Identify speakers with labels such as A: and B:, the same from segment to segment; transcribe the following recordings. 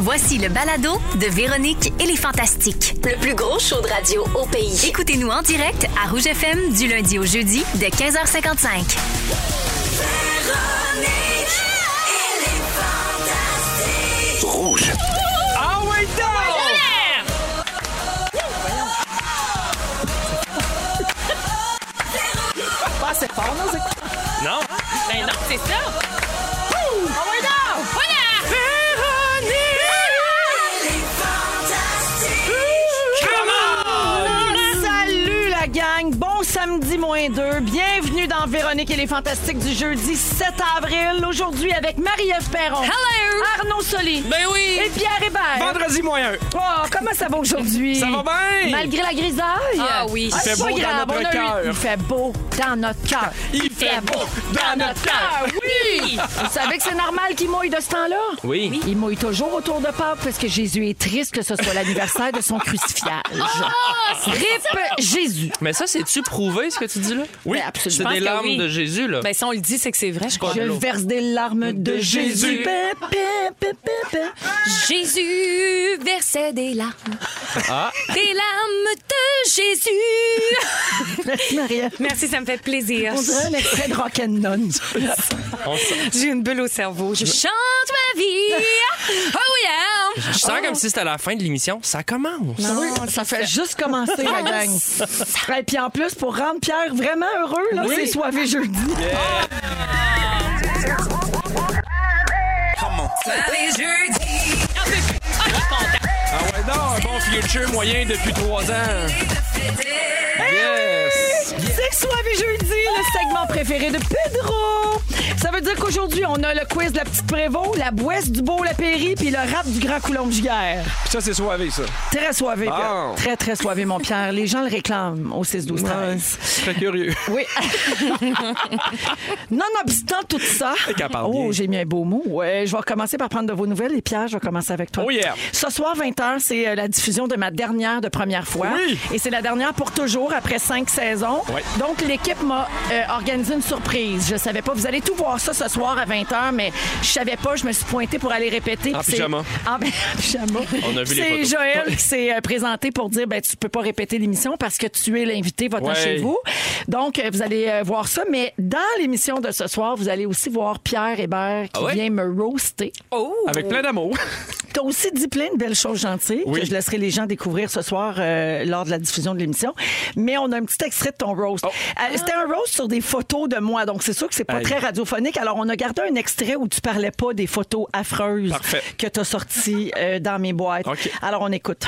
A: Voici le balado de Véronique et les Fantastiques.
B: Le plus gros show de radio au pays.
A: Écoutez-nous en direct à Rouge FM du lundi au jeudi de 15h55.
C: Rouge.
D: Ah oui, non!
E: Pas assez fort, non? c'est-
D: Non?
F: Ben non, c'est ça.
E: Salut la gang, bon samedi moins deux. Bienvenue dans Véronique et les Fantastiques du jeudi 7 avril. Aujourd'hui avec Marie-Ève Perron.
F: Hello!
E: Arnaud Soli.
D: Ben oui!
E: Et Pierre Hébert.
D: Vendredi moyen.
E: Oh, comment ça va aujourd'hui?
D: Ça va bien?
E: Malgré la grisaille?
F: Ah oui.
E: Ah,
F: Il
E: c'est
D: fait
E: pas
D: beau dans
E: grave,
D: notre
E: on a eu-
D: cœur.
E: Il fait beau dans notre cœur.
D: Il fait beau dans notre cœur.
E: Oui! Vous savez que c'est normal qu'il mouille de ce temps-là?
D: Oui.
E: Il mouille toujours autour de Pâques parce que Jésus est triste que ce soit l'anniversaire de son crucifiage.
D: Ah!
E: Rip Jésus.
G: Mais ça, c'est-tu prouvé, ce que tu dis là?
E: Oui,
G: C'est
E: Ben, absolument.
F: pense
G: des
F: que
G: larmes
F: oui.
G: de Jésus, là.
F: Ben si on le dit, c'est que c'est vrai, je crois.
E: Je verse des larmes de, Jésus.
D: Jésus.
E: Pé, pé, pé, pé, pé.
F: Jésus versait des larmes. Des larmes de Jésus.
E: Merci, Maria.
F: Merci, ça me fait plaisir.
E: On dirait un extrait de Rock'n'None.
F: J'ai une bulle au cerveau. Je chante ma vie. Oh yeah.
G: Je sens comme si c'était à la fin de l'émission. Ça commence.
E: ça fait juste commencer, la gang. Et puis en plus, pour rendre Pierre vraiment heureux, là, c'est soivé jeudi.
D: Ah ouais, non, un bon future moyen depuis trois ans. Yes!
E: C'est Soivé jeudi, le segment préféré de Pedro. Ça veut dire qu'aujourd'hui, on a le quiz de la petite Prévost, la bouesse du beau la Péry, puis le rap du grand Coulombe-Giguère.
D: Puis ça, c'est soivé, ça.
E: Très soivé, Pierre.
D: Bon.
E: Très, très soivé, mon Pierre. Les gens le réclament au 6 12 13
D: Très curieux.
E: Oui. Nonobstant tout ça.
D: capardier.
E: Oh, j'ai mis un beau mot. Ouais, je vais recommencer par prendre de vos nouvelles et Pierre, je vais commencer avec toi.
D: Oh yeah.
E: Ce soir, 20h, c'est euh, la diffusion de ma dernière de première fois.
D: Oui.
E: Et c'est la dernière pour toujours après cinq saisons.
D: Ouais.
E: Donc, l'équipe m'a euh, organisé une surprise. Je savais pas. Vous allez tout voir ça ce soir à 20h, mais je savais pas. Je me suis pointée pour aller répéter.
D: En
E: Puis c'est-
D: pyjama.
E: En pyjama.
G: On a vu les
E: C'est
G: photos.
E: Joël qui s'est euh, présenté pour dire ben tu peux pas répéter l'émission parce que tu es l'invité, va-t'en
D: Ouais.
E: chez vous. Donc euh, vous allez euh, voir ça, mais dans l'émission de ce soir, vous allez aussi voir Pierre Hébert qui
G: Ah ouais?
E: vient me roaster.
D: Avec plein d'amour.
E: T'as aussi dit plein de belles choses gentilles
D: Oui.
E: que je laisserai les gens découvrir ce soir euh, lors de la diffusion de l'émission. Mais on a un petit extrait de ton roast. Euh, C'était un roast sur des photos de moi, donc c'est sûr que c'est pas
D: Oh. Aïe.
E: très radiophonique. Alors on a gardé un extrait où tu parlais pas des photos affreuses
D: Parfait.
E: que t'as sorties euh, dans mes boîtes.
D: OK.
E: Alors on écoute.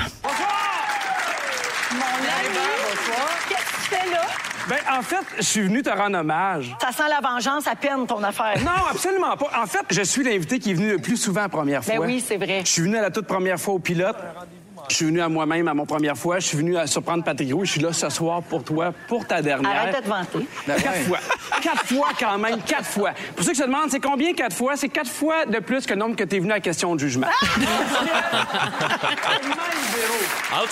H: Ben, en fait, je suis venu te rendre hommage.
E: Ça sent la vengeance à peine, ton affaire.
H: Non, absolument pas. En fait, je suis l'invité qui est venu le plus souvent la première fois.
E: Ben oui, c'est vrai.
H: Je suis venu à la toute première fois au pilote. Je suis venu à moi-même à mon première fois. Je suis venu à surprendre Patrick Roux. Je suis là ce soir pour toi, pour ta dernière.
E: Arrête de te vanter.
H: Quatre fois. Quatre fois quand même, quatre fois. Pour ceux qui se demandent, c'est combien quatre fois? C'est quatre fois de plus que le nombre que t'es venu à question de jugement.
E: Ah!
G: Ouch.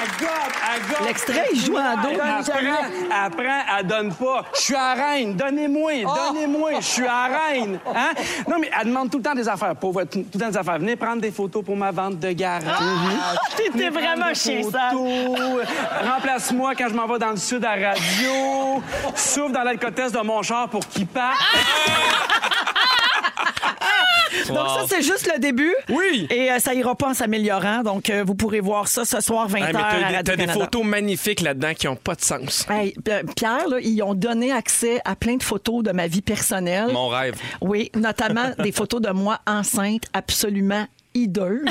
H: Elle gobe, elle gobe.
E: L'extrait, il joue en dos.
H: Elle Apprends, apprends, elle donne pas. Je suis à reine, donnez-moi,
E: Oh.
H: donnez-moi, je suis à reine. Hein? Non, mais elle demande tout le temps des affaires, pauvre, tout tout le temps des affaires. Venez prendre des photos pour ma vente de garage.
E: Ah, T'étais
H: Venez prendre
E: vraiment
H: des
E: chien, ça.
H: photos. Remplace-moi quand je m'en vais dans le sud à radio. Souffle dans l'alcotesse de mon char pour qu'il parte.
D: Ah,
E: Donc ça, c'est juste le début.
D: Oui.
E: Et euh, ça ira pas en s'améliorant. Donc, euh, vous pourrez voir ça ce soir, 20h
D: Hey,
E: à
D: mais t'as des- t'as des,
E: Ah, Radio-Canada.
D: photos magnifiques là-dedans qui n'ont pas de sens.
E: Hey, euh, Pierre, là, ils ont donné accès à plein de photos de ma vie personnelle.
G: Mon rêve.
E: Oui, notamment des photos de moi enceinte absolument hideuse.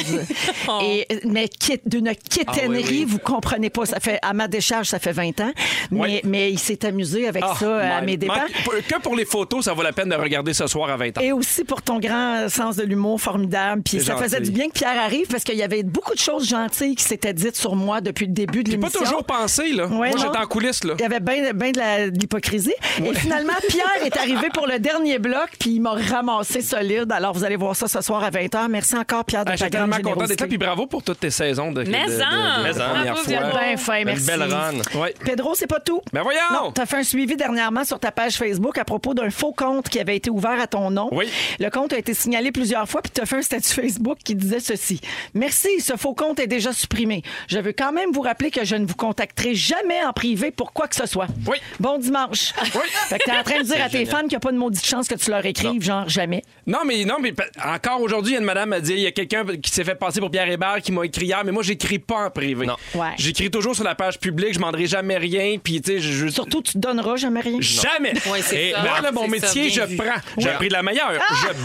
D: Oh.
E: Et, mais qui- d'une quétainerie,
G: Ah oui, oui.
E: vous comprenez pas. Ça fait, à ma décharge, ça fait 20 ans. Mais,
D: Oui.
E: mais il s'est amusé avec
D: Ah,
E: ça euh, à
D: my-
E: mes dépens.
D: manque- pour- Que pour les photos, ça vaut la peine de regarder ce soir à 20h.
E: Et aussi pour ton grand sens de l'humour formidable. Puis
D: C'est
E: ça faisait
D: gentil.
E: du bien que Pierre arrive parce qu'il y avait beaucoup de choses gentilles qui s'étaient dites sur moi depuis le début de
D: J'ai pas
E: l'émission.
D: toujours pensé, là.
E: Ouais,
D: Moi,
E: non. Euh,
D: j'étais en coulisses, là.
E: Il y avait bien de, la- de l'hypocrisie. Et finalement, Pierre est arrivé pour le dernier bloc, puis il m'a ramassé solide. Alors, vous allez voir ça ce soir à 20h. Merci encore, fière de
D: Ah, Je
E: ta
D: suis
E: grande
D: tellement content d'être
E: générosité.
D: là, puis bravo pour toutes tes saisons de, de,
F: Mais
D: de- de-
F: en!
D: de première
F: Bravo,
D: fois.
F: Véro.
E: Ben fin, merci.
G: belle run.
D: Ouais.
E: Pedro, c'est pas tout.
D: Ben voyons!
E: Non, t'as fait un suivi dernièrement sur ta page Facebook à propos d'un faux compte qui avait été ouvert à ton nom.
D: Oui.
E: Le compte a été signalé plusieurs fois, puis t'as fait un statut Facebook qui disait ceci. Merci, ce faux compte est déjà supprimé. Je veux quand même vous rappeler que je ne vous contacterai jamais en privé pour quoi que ce soit.
D: Oui.
E: Bon dimanche. Oui. Fait que t'es en train de dire à tes fans qu'il n'y a pas de maudite chance que tu leur écrives, genre jamais.
D: Non, mais non, mais pa- encore aujourd'hui, il y a une madame a dit il y a quelqu'un qui s'est fait passer pour Pierre Hébert qui m'a écrit hier, mais moi, j'écris pas en privé.
G: Non.
E: Ouais.
D: J'écris toujours sur la page publique, je demanderai jamais rien, puis tu sais, je. je-
E: Surtout, tu te donneras jamais rien.
D: Jamais!
F: Ouais, c'est
D: Et
F: ça.
D: moi, là, mon
F: C'est ça,
D: métier, je
F: bien vu.
D: prends. J'ai appris de la meilleure.
E: Ah!
D: Je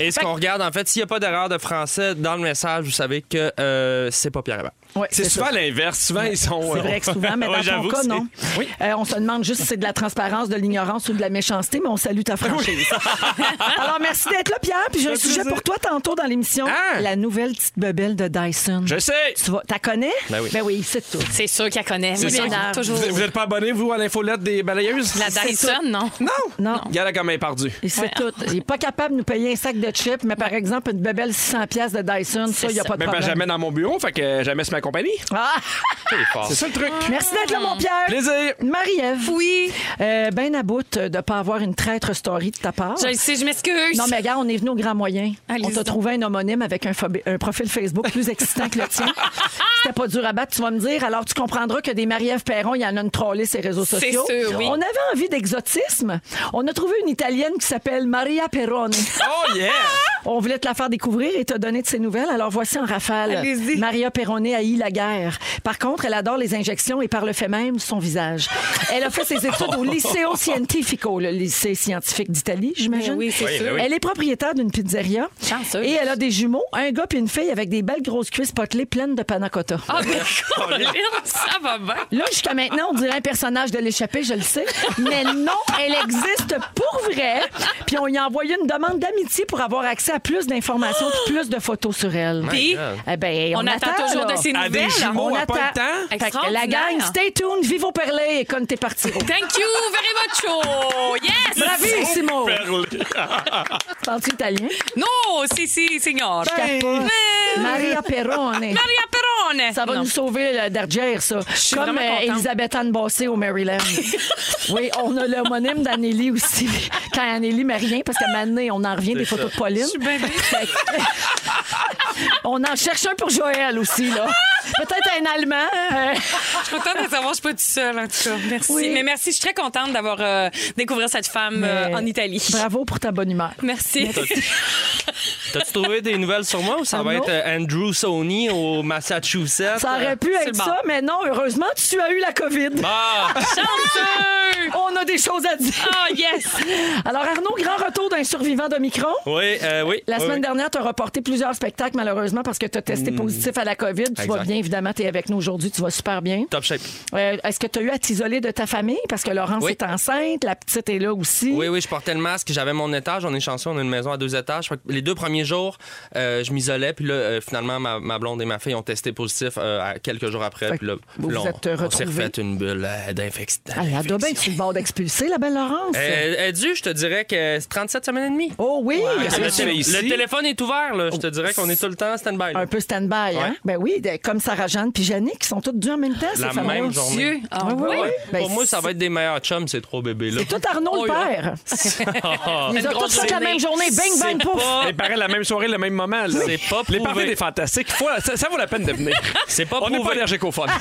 G: Et ce qu'on regarde, en fait, s'il n'y a pas d'erreur de français dans le message, vous savez que euh, c'est pas Pierre Hébert.
E: Ouais,
D: C'est souvent
E: ça.
D: l'inverse. Souvent, ils sont. euh,
E: C'est vrai que souvent, mais dans
G: Ouais,
E: ton
G: j'avoue,
E: cas,
G: c'est-
E: non. Euh, on se demande juste si c'est de la transparence, de l'ignorance ou de la méchanceté, mais on salue ta franchise. Alors, merci d'être là, Pierre. Puis j'ai un
D: Ça fait
E: sujet
D: plaisir.
E: pour toi tantôt dans l'émission.
D: Ah!
E: La nouvelle petite bebelle de Dyson.
D: Je sais!
E: Tu vas, t'as connais?
G: Ben oui.
E: c'est tout.
F: C'est sûr qu'elle connaît.
E: C'est
F: Bien
E: ça.
F: sûr, Toujours.
D: Vous n'êtes pas abonné, vous, à l'infolette des balayeuses?
F: La Dyson, non?
D: Non!
E: Non.
D: Il y a la comme pardue.
E: Et C'est tout. Il n'est pas capable de nous payer un sac de chips, mais par exemple, une bebelle 600 pièces de Dyson, ça, il n'y a
F: ça.
E: pas de
D: Ben, ben,
E: problème.
D: jamais dans mon bureau, fait que jamais c'est ma compagnie.
E: Ah!
G: C'est fort.
D: C'est ça le truc.
E: Merci d'être là, mon Pierre.
D: Plaisir!
E: Marie-Ève.
F: Ah! Oui.
E: Euh, ben à bout de ne pas avoir une traître story de ta part.
F: Je le sais, je m'excuse.
E: Non, mais regarde, on est venu au grand moyen.
F: Allez-y
E: on t'a
F: donc.
E: trouvé un homonyme avec un, phobi- un profil Facebook plus excitant que le tien. C'était pas dur à battre, tu vas me dire. Alors, tu comprendras que des Marie-Ève Perron, il y en a une trollée ses réseaux
F: C'est
E: sociaux.
F: sûr, oui.
E: On avait envie d'exotisme. On a trouvé une Italienne qui s'appelle Maria Perrone.
D: Oh yeah!
E: On voulait te la faire découvrir et te donner de ses nouvelles. Alors voici en rafale.
F: Allez-y.
E: Maria Perronnet haït la guerre. Par contre, elle adore les injections et par le fait même, son visage. Elle a fait ses études au Liceo Scientifico, le lycée scientifique d'Italie, j'imagine.
F: Ben oui, c'est Oui, sûr. ben oui.
E: Elle est propriétaire d'une pizzeria.
F: Chanceuse.
E: Et elle a des jumeaux, un gars puis une fille avec des belles grosses cuisses potelées pleines de panna cotta.
F: Ah, ben,
D: Oh,
F: Colin, ça va bien.
E: Là, jusqu'à maintenant, on dirait un personnage de l'échappée, je le sais. Mais non, elle existe pour vrai. Puis on y a envoyé une demande d'amitié pour avoir accès à plus d'informations puis plus de photos sur elle.
F: Puis,
E: Eh ben, on,
F: on attend toujours
E: là.
F: de ses
D: À des
F: nouvelles. hein.
D: jumeaux.
E: On
D: a
E: attend.
D: pas le temps.
E: Fait que la
F: Extraordinaire.
E: gang, stay tuned, vive au perlé, comme t'es parti.
F: Thank you very much. oh, Yes!
E: Bravissimo! Parti italien.
F: Non, si, si, signor.
E: Capote.
F: Mais- euh,
E: Maria Perrone.
F: Maria Perrone.
E: Ça va
F: Non.
E: nous sauver euh, d'Argère, ça.
F: suis
E: Comme
F: vraiment
E: euh,
F: contente.
E: Elisabeth Anne Bossé au Maryland. oui, on a l'homonyme d'Anneli aussi. Quand Anneli met rien, parce qu'à Mané, on en revient des photos de Pauline. Fait que- on en cherche un pour Joël aussi, là. Peut-être un Allemand. euh,
F: Je suis contente de savoir que je suis pas toute seule, en tout cas. Merci.
E: Oui.
F: Mais merci, je suis très contente d'avoir euh, découvert cette femme euh,
E: mais-
F: en Italie.
E: Bravo pour ta bonne humeur.
F: Merci.
G: T'as-tu trouvé des nouvelles sur moi ou ça va
E: Arnaud?
G: être euh, Andrew Sony au Massachusetts?
E: Ah
F: Euh,
G: Euh,
E: Ça aurait pu
F: le
E: être
F: bord.
E: ça, mais non, heureusement, tu as eu la COVID.
G: Ah!
F: Chanceux!
E: On a des choses à dire.
F: Oh, yes!
E: Alors, Arnaud, grand retour d'un survivant de micro.
G: Oui, euh, oui.
E: La
G: oui,
E: semaine
G: oui. Hmm.
E: dernière, tu as reporté plusieurs spectacles, malheureusement, parce que tu as testé positif à la COVID. Tu vas
G: Exact.
E: bien, évidemment, tu es avec nous aujourd'hui, tu vas super bien.
G: Top shape.
E: Euh, Est-ce que tu as eu à t'isoler de ta famille? Parce que Laurence
G: Oui.
E: est enceinte, la petite est là aussi.
G: Oui, oui, je portais le masque, j'avais mon étage, on est chanceux, on a une maison à deux étages. Fait que Les deux premiers jours, euh, je m'isolais, puis là, euh, finalement, ma, ma blonde et ma fille ont testé positif euh, à quelques jours après.
E: Fait
G: Puis là,
E: que vous
G: là,
E: vous êtes, euh,
G: on, on s'est
E: retrouvés. Ah,
G: refait une bulle euh, d'infection.
E: Elle a bien sur le bord d'expulser, la belle Laurence.
G: Elle elle est due, je te dirais que c'est 37 semaines et demie.
E: Oh oui!
D: Ah,
G: Le,
D: mais c'est ici.
G: le téléphone est ouvert, là. Je te dirais qu'on est tout le temps stand-by. là.
E: Oh, Un peu stand-by, hein? Ben oui, de- comme Sarah-Jeanne puis Jannick, qui sont toutes dues en même temps,
G: La
E: ces femmes-là.
G: même journée.
F: Dieu! Ah,
E: Ah oui,
F: ouais.
E: oui. Ben,
G: Pour moi, ça va être des meilleurs chums, ces trois bébés-là.
E: C'est tout Arnaud le
F: Oh, yeah.
E: père. Ils
F: Une
E: ont tous
F: grosse
E: fait la
F: journée.
E: même journée. Bang, bang, pouf.
H: Ah.
D: Les parents la même soirée, le même moment. là.
G: C'est pas
D: Les
G: prouvé.
D: parents des fantastiques. Faut- ça, ça vaut la peine de venir.
G: C'est pas
D: On n'est pas
G: prouvé.
D: allergique au fun.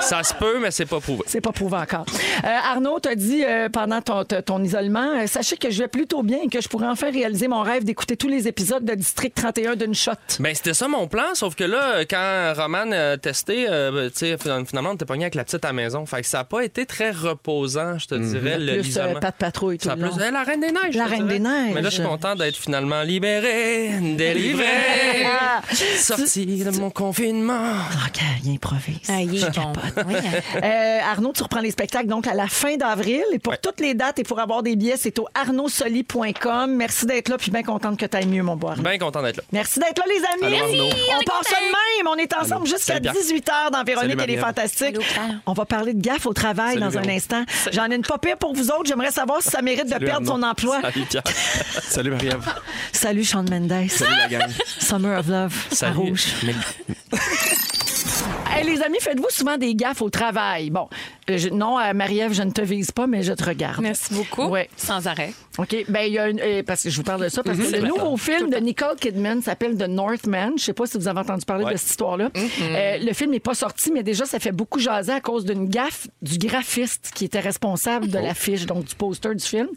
G: Ça se peut, mais c'est pas prouvé.
E: C'est pas prouvé encore. Euh, Arnaud t'a dit euh, pendant ton, ton- ton isolement, euh, sachez que je vais plutôt bien et que je pourrais enfin réaliser mon rêve d'écouter tous les épisodes de District 31 d'une shot.
G: Ben, c'était ça mon plan, sauf que là, quand Roman a testé, euh, tu sais, fin- finalement, on était pogné avec la petite à la maison. Fait que ça n'a pas été très reposant, je te
D: Mhm.
G: dirais, le
E: Plus euh,
G: l'isolement.
E: pas de patrouille tout
G: Ça a
E: le
G: plus...
E: long.
G: Eh, la Reine des Neiges.
E: La
G: je te
E: Reine
G: dirais.
E: des Neiges.
G: Mais là, je suis content d'être finalement libéré, délivré, sorti de mon confinement.
E: Ah, il improvise.
F: Ah, il est bon.
E: Euh, Arnaud, tu reprends les spectacles donc à la fin d'avril. Et pour
G: Ouais.
E: toutes les dates et pour avoir des billets, c'est au arnaudsoli.com. Merci d'être là, puis bien contente que tu ailles mieux, mon bois.
G: Bien content d'être là.
E: Merci d'être là, les amis.
G: Allô, Arnaud. Merci,
E: on part ça de même. On est ensemble jusqu'à
G: Salut, Pierre.
E: 18h dans Véronique
G: Salut,
E: et les
G: Marie-Ève.
E: Fantastiques.
F: Allô, Pierre.
E: On va parler de gaffe au travail
G: Salut,
E: dans un
G: Véro.
E: instant. J'en ai une pas pire pour vous autres. J'aimerais savoir si ça mérite de
D: Salut,
E: perdre son
D: Arnaud.
E: emploi.
G: Salut Pierre.
D: Salut, Marie-Ève.
E: Salut, Sean Mendes.
D: Salut, la gang.
E: Summer of Love. à
G: Salut.
E: rouge.
G: Mais-
E: Hey, les amis, faites-vous souvent des gaffes au travail? Bon, euh, je- non, euh, Marie-Ève, je ne te vise pas, mais je te regarde.
F: Merci beaucoup.
E: Ouais.
F: Sans arrêt.
E: OK. Ben, il y a une, euh, parce que je vous parle de ça, parce que le nouveau film de Nicole Kidman s'appelle The Northman. Je sais pas si vous avez entendu parler
G: Ouais.
E: de cette histoire-là. Euh, le film n'est pas sorti, mais déjà, ça fait beaucoup jaser à cause d'une gaffe du graphiste qui était responsable de l'affiche, donc du poster du film.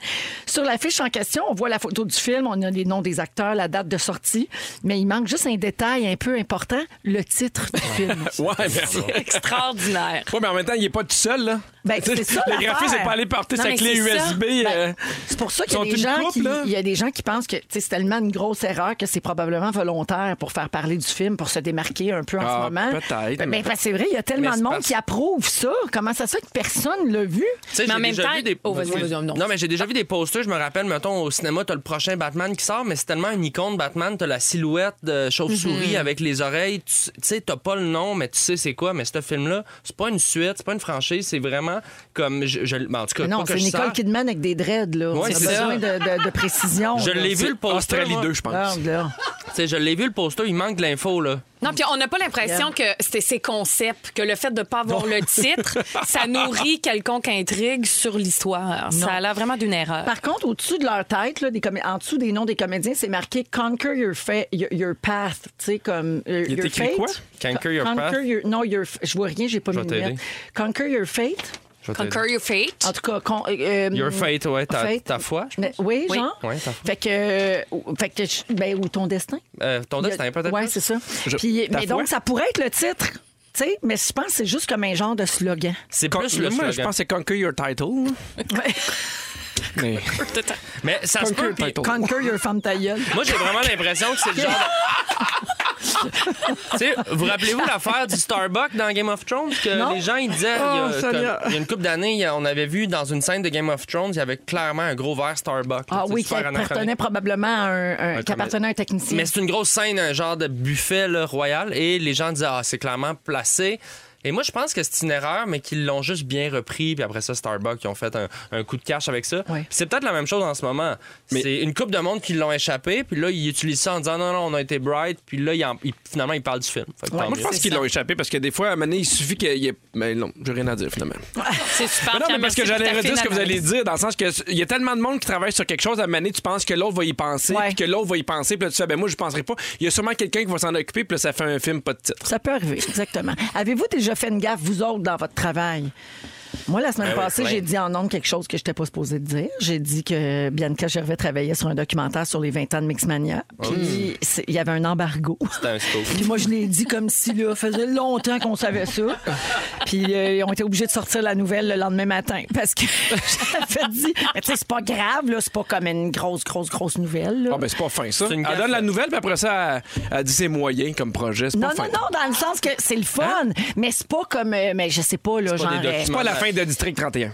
E: Sur l'affiche en question, on voit la photo du film, on a les noms des acteurs, la date de sortie, mais il manque juste un détail un peu important, le titre du film.
D: Ouais, merci.
F: Extraordinaire.
D: Ouais, mais en même temps, il est pas tout seul, là.
E: Ben,
D: Tu sais,
E: c'est ça,
D: Le
E: l'affaire.
D: graphiste n'est pas allé porter
F: Non,
D: sa
F: mais
D: clé
F: c'est ça.
D: USB. euh,
E: Ben, c'est pour ça qu'il y, a
D: sont
E: des
D: une
E: gens
D: couple,
E: qui-
D: là.
E: il y a des gens qui pensent que tu sais, c'est tellement une grosse erreur que c'est probablement volontaire pour faire parler du film, pour se démarquer un peu en
D: Ah,
E: ce moment.
D: peut-être,
E: Ben,
D: mais-
E: ben, c'est vrai, il y a tellement
G: Mais
E: de
G: c'est
E: monde
G: parce-
E: qui approuve ça. Comment ça se fait que personne l'a vu?
G: Tu sais,
F: Mais en
G: j'ai
F: même
G: déjà
F: temps-
G: vu des-
F: Oh, vas-y, vas-y, non.
G: non. mais j'ai déjà vu des posters. Je me rappelle, mettons, au cinéma, t'as le prochain Batman qui sort, mais c'est tellement une icône Batman, t'as la silhouette de chauve-souris avec les oreilles. Tu tu sais, t'as pas le nom, mais tu sais c'est quoi. Mais ce film-là, c'est pas une suite, c'est pas une franchise, c'est vraiment comme. Je, je- ben, en tout cas,
E: non,
G: pas que
E: c'est
G: je
E: Nicole
G: sers.
E: Kidman avec des dreads. Là.
G: Ouais,
E: On a
G: c'est
E: besoin de,
G: ça.
E: de- de précision.
G: Je
E: là.
G: l'ai vu le poster.
D: Australie
G: moi.
D: 2, je pense.
E: Ah, là.
G: Tu sais, je l'ai vu le poster, il manque de l'info, là.
F: Non, puis on n'a pas l'impression que c'était ses concepts, que le fait de ne pas avoir le titre, ça nourrit quelconque intrigue sur l'histoire. Ça a l'air vraiment d'une erreur.
E: Par contre, au-dessus de leur tête, là, des comé- en dessous des noms des comédiens, c'est marqué Conquer Your, fa- your, your Path. Tu sais, comme. euh,
D: Il est
E: your
D: écrit
E: fate.
D: quoi?
G: Conquer Your
E: Conquer
G: Path.
E: Your- non, your, f- je vois rien, j'ai pas
G: Je
E: mis
G: vais
E: de
G: t'aider.
E: lunettes. Conquer Your Fate.
G: Je vais te
F: Conquer your fate.
E: En tout cas, con- euh,
G: Your fate, ouais, ta-
E: fate.
G: ta foi, je
E: Mais- oui,
F: Oui.
E: genre.
G: Ouais, ta foi.
E: Fait que, euh, ou- fait que, je- ben, ou ton destin.
G: dire. Euh, ton destin, peut-être.
E: Oui,
G: pas?
E: c'est ça.
D: Je-
E: Puis,
D: ta
E: mais donc,
D: foi?
E: ça pourrait être le titre, tu sais, mais je pense que c'est juste comme un genre de slogan.
G: C'est
D: Con-
G: plus le
D: moi, je
G: slogan.
D: pense que c'est Conquer Your Title. Mais-
G: Mais ça se peut,
D: Conquer
G: puis-
D: Title.
E: Conquer your femme ta gueule.
G: Moi, j'ai vraiment l'impression que c'est le genre de- Tu sais, vous rappelez-vous l'affaire du Starbucks dans Game of Thrones que
E: Non.
G: les gens ils disaient il, y a,
D: Oh,
G: comme-
D: Seigneur.
G: il y a une couple d'années il y a- on avait vu dans une scène de Game of Thrones il y avait clairement un gros verre Starbucks là,
E: Ah
G: tu sais,
E: oui, qui
G: super
E: appartenait
G: anachronique.
E: probablement à un, un- qui
G: comme-
E: appartenait à un technicien.
G: mais c'est une grosse scène un genre de buffet là, royal et les gens disaient ah c'est clairement placé et moi, je pense que c'est une erreur, mais qu'ils l'ont juste bien repris. Puis après ça, Starbucks, ils ont fait un, un coup de cash avec ça.
E: Ouais.
G: Puis C'est peut-être la même chose en ce moment. C'est une coupe de monde qui l'ont échappé. Puis là, ils utilisent ça en disant non, non, on a été bright. Puis là, ils en- ils- finalement, ils parlent du film. Fait que tant
D: Moi, je
G: mieux.
D: pense qu'ils
F: ça.
D: l'ont échappé parce que des fois, à un moment donné, il suffit qu'il y ait. Mais non, j'ai rien à dire finalement.
F: C'est super.
D: Mais non,
F: Pierre,
D: mais parce
F: merci
D: que
F: pour
D: j'allais
F: ta
D: redire ce que
F: fine
D: vous allez
F: analyse.
D: dire, dans le sens que il y a tellement de monde qui travaille sur quelque chose, à un moment donné, tu penses que l'autre va y penser,
E: Ouais.
D: puis que l'autre va y penser, puis là, tu fais, ben moi, je penserai pas. Il y a sûrement quelqu'un qui va s'en occuper, puis là, ça fait un film pas de titre.
E: Ça peut arriver, exactement. Avez-vous déjà fait une gaffe, vous autres, dans votre travail? Moi, la semaine
G: Ben oui,
E: passée,
G: plein.
E: j'ai dit en ondes quelque chose que je n'étais pas supposée de dire. J'ai dit que Bianca Gervais travaillait sur un documentaire sur les 20 ans de Mixmania. Puis, c'est- il y avait un embargo.
G: C'est Ah un scoop.
E: Puis moi, je l'ai dit comme si, là, faisait longtemps qu'on savait ça. Puis euh, ils ont été obligés de sortir la nouvelle le lendemain matin parce que j'avais dit, mais tu sais, c'est pas grave, là, c'est pas comme une grosse, grosse, grosse nouvelle. là.
D: Ah, ben c'est pas fin, ça.
G: C'est une
D: Elle
G: gaffe.
D: donne la nouvelle, puis après ça, elle, elle dit ses moyens comme projet. C'est
E: Non,
D: pas
E: non,
D: fin.
E: non, dans le sens que c'est le fun, mais c'est pas comme, euh, mais je sais pas, là,
G: C'est
E: genre.
G: pas des
E: euh,
D: Hein? C'est pas la fin de District 31.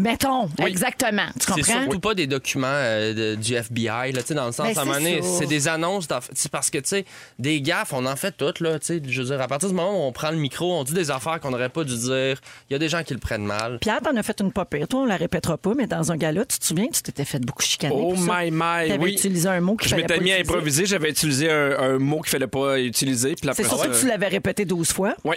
E: Mettons, exactement. Tu
G: C'est
E: comprends?
G: surtout pas des documents euh, de- du FBI, là, tu sais, dans le sens,
E: Ben,
G: à un moment
E: c'est
G: donné,
E: ça.
G: c'est des annonces. d'aff- C'est parce que, tu sais, des gaffes, on en fait toutes, là, tu sais. Je veux dire, à partir du moment où on prend le micro, on dit des affaires qu'on n'aurait pas dû dire. Il y a des gens qui le prennent mal.
E: Pierre, t'en as fait une pas pire. Toi, on la répétera pas, mais dans un gala, tu te souviens, tu t'étais fait beaucoup chicaner.
D: Oh
E: pour ça.
D: my my,
E: T'avais
D: oui.
E: utilisé un mot que
D: Je m'étais mis à improviser, j'avais utilisé un, un mot qu'il fallait pas utiliser, puis après
E: C'est
D: ça.
E: surtout que tu l'avais répété 12 fois.
D: Ouais.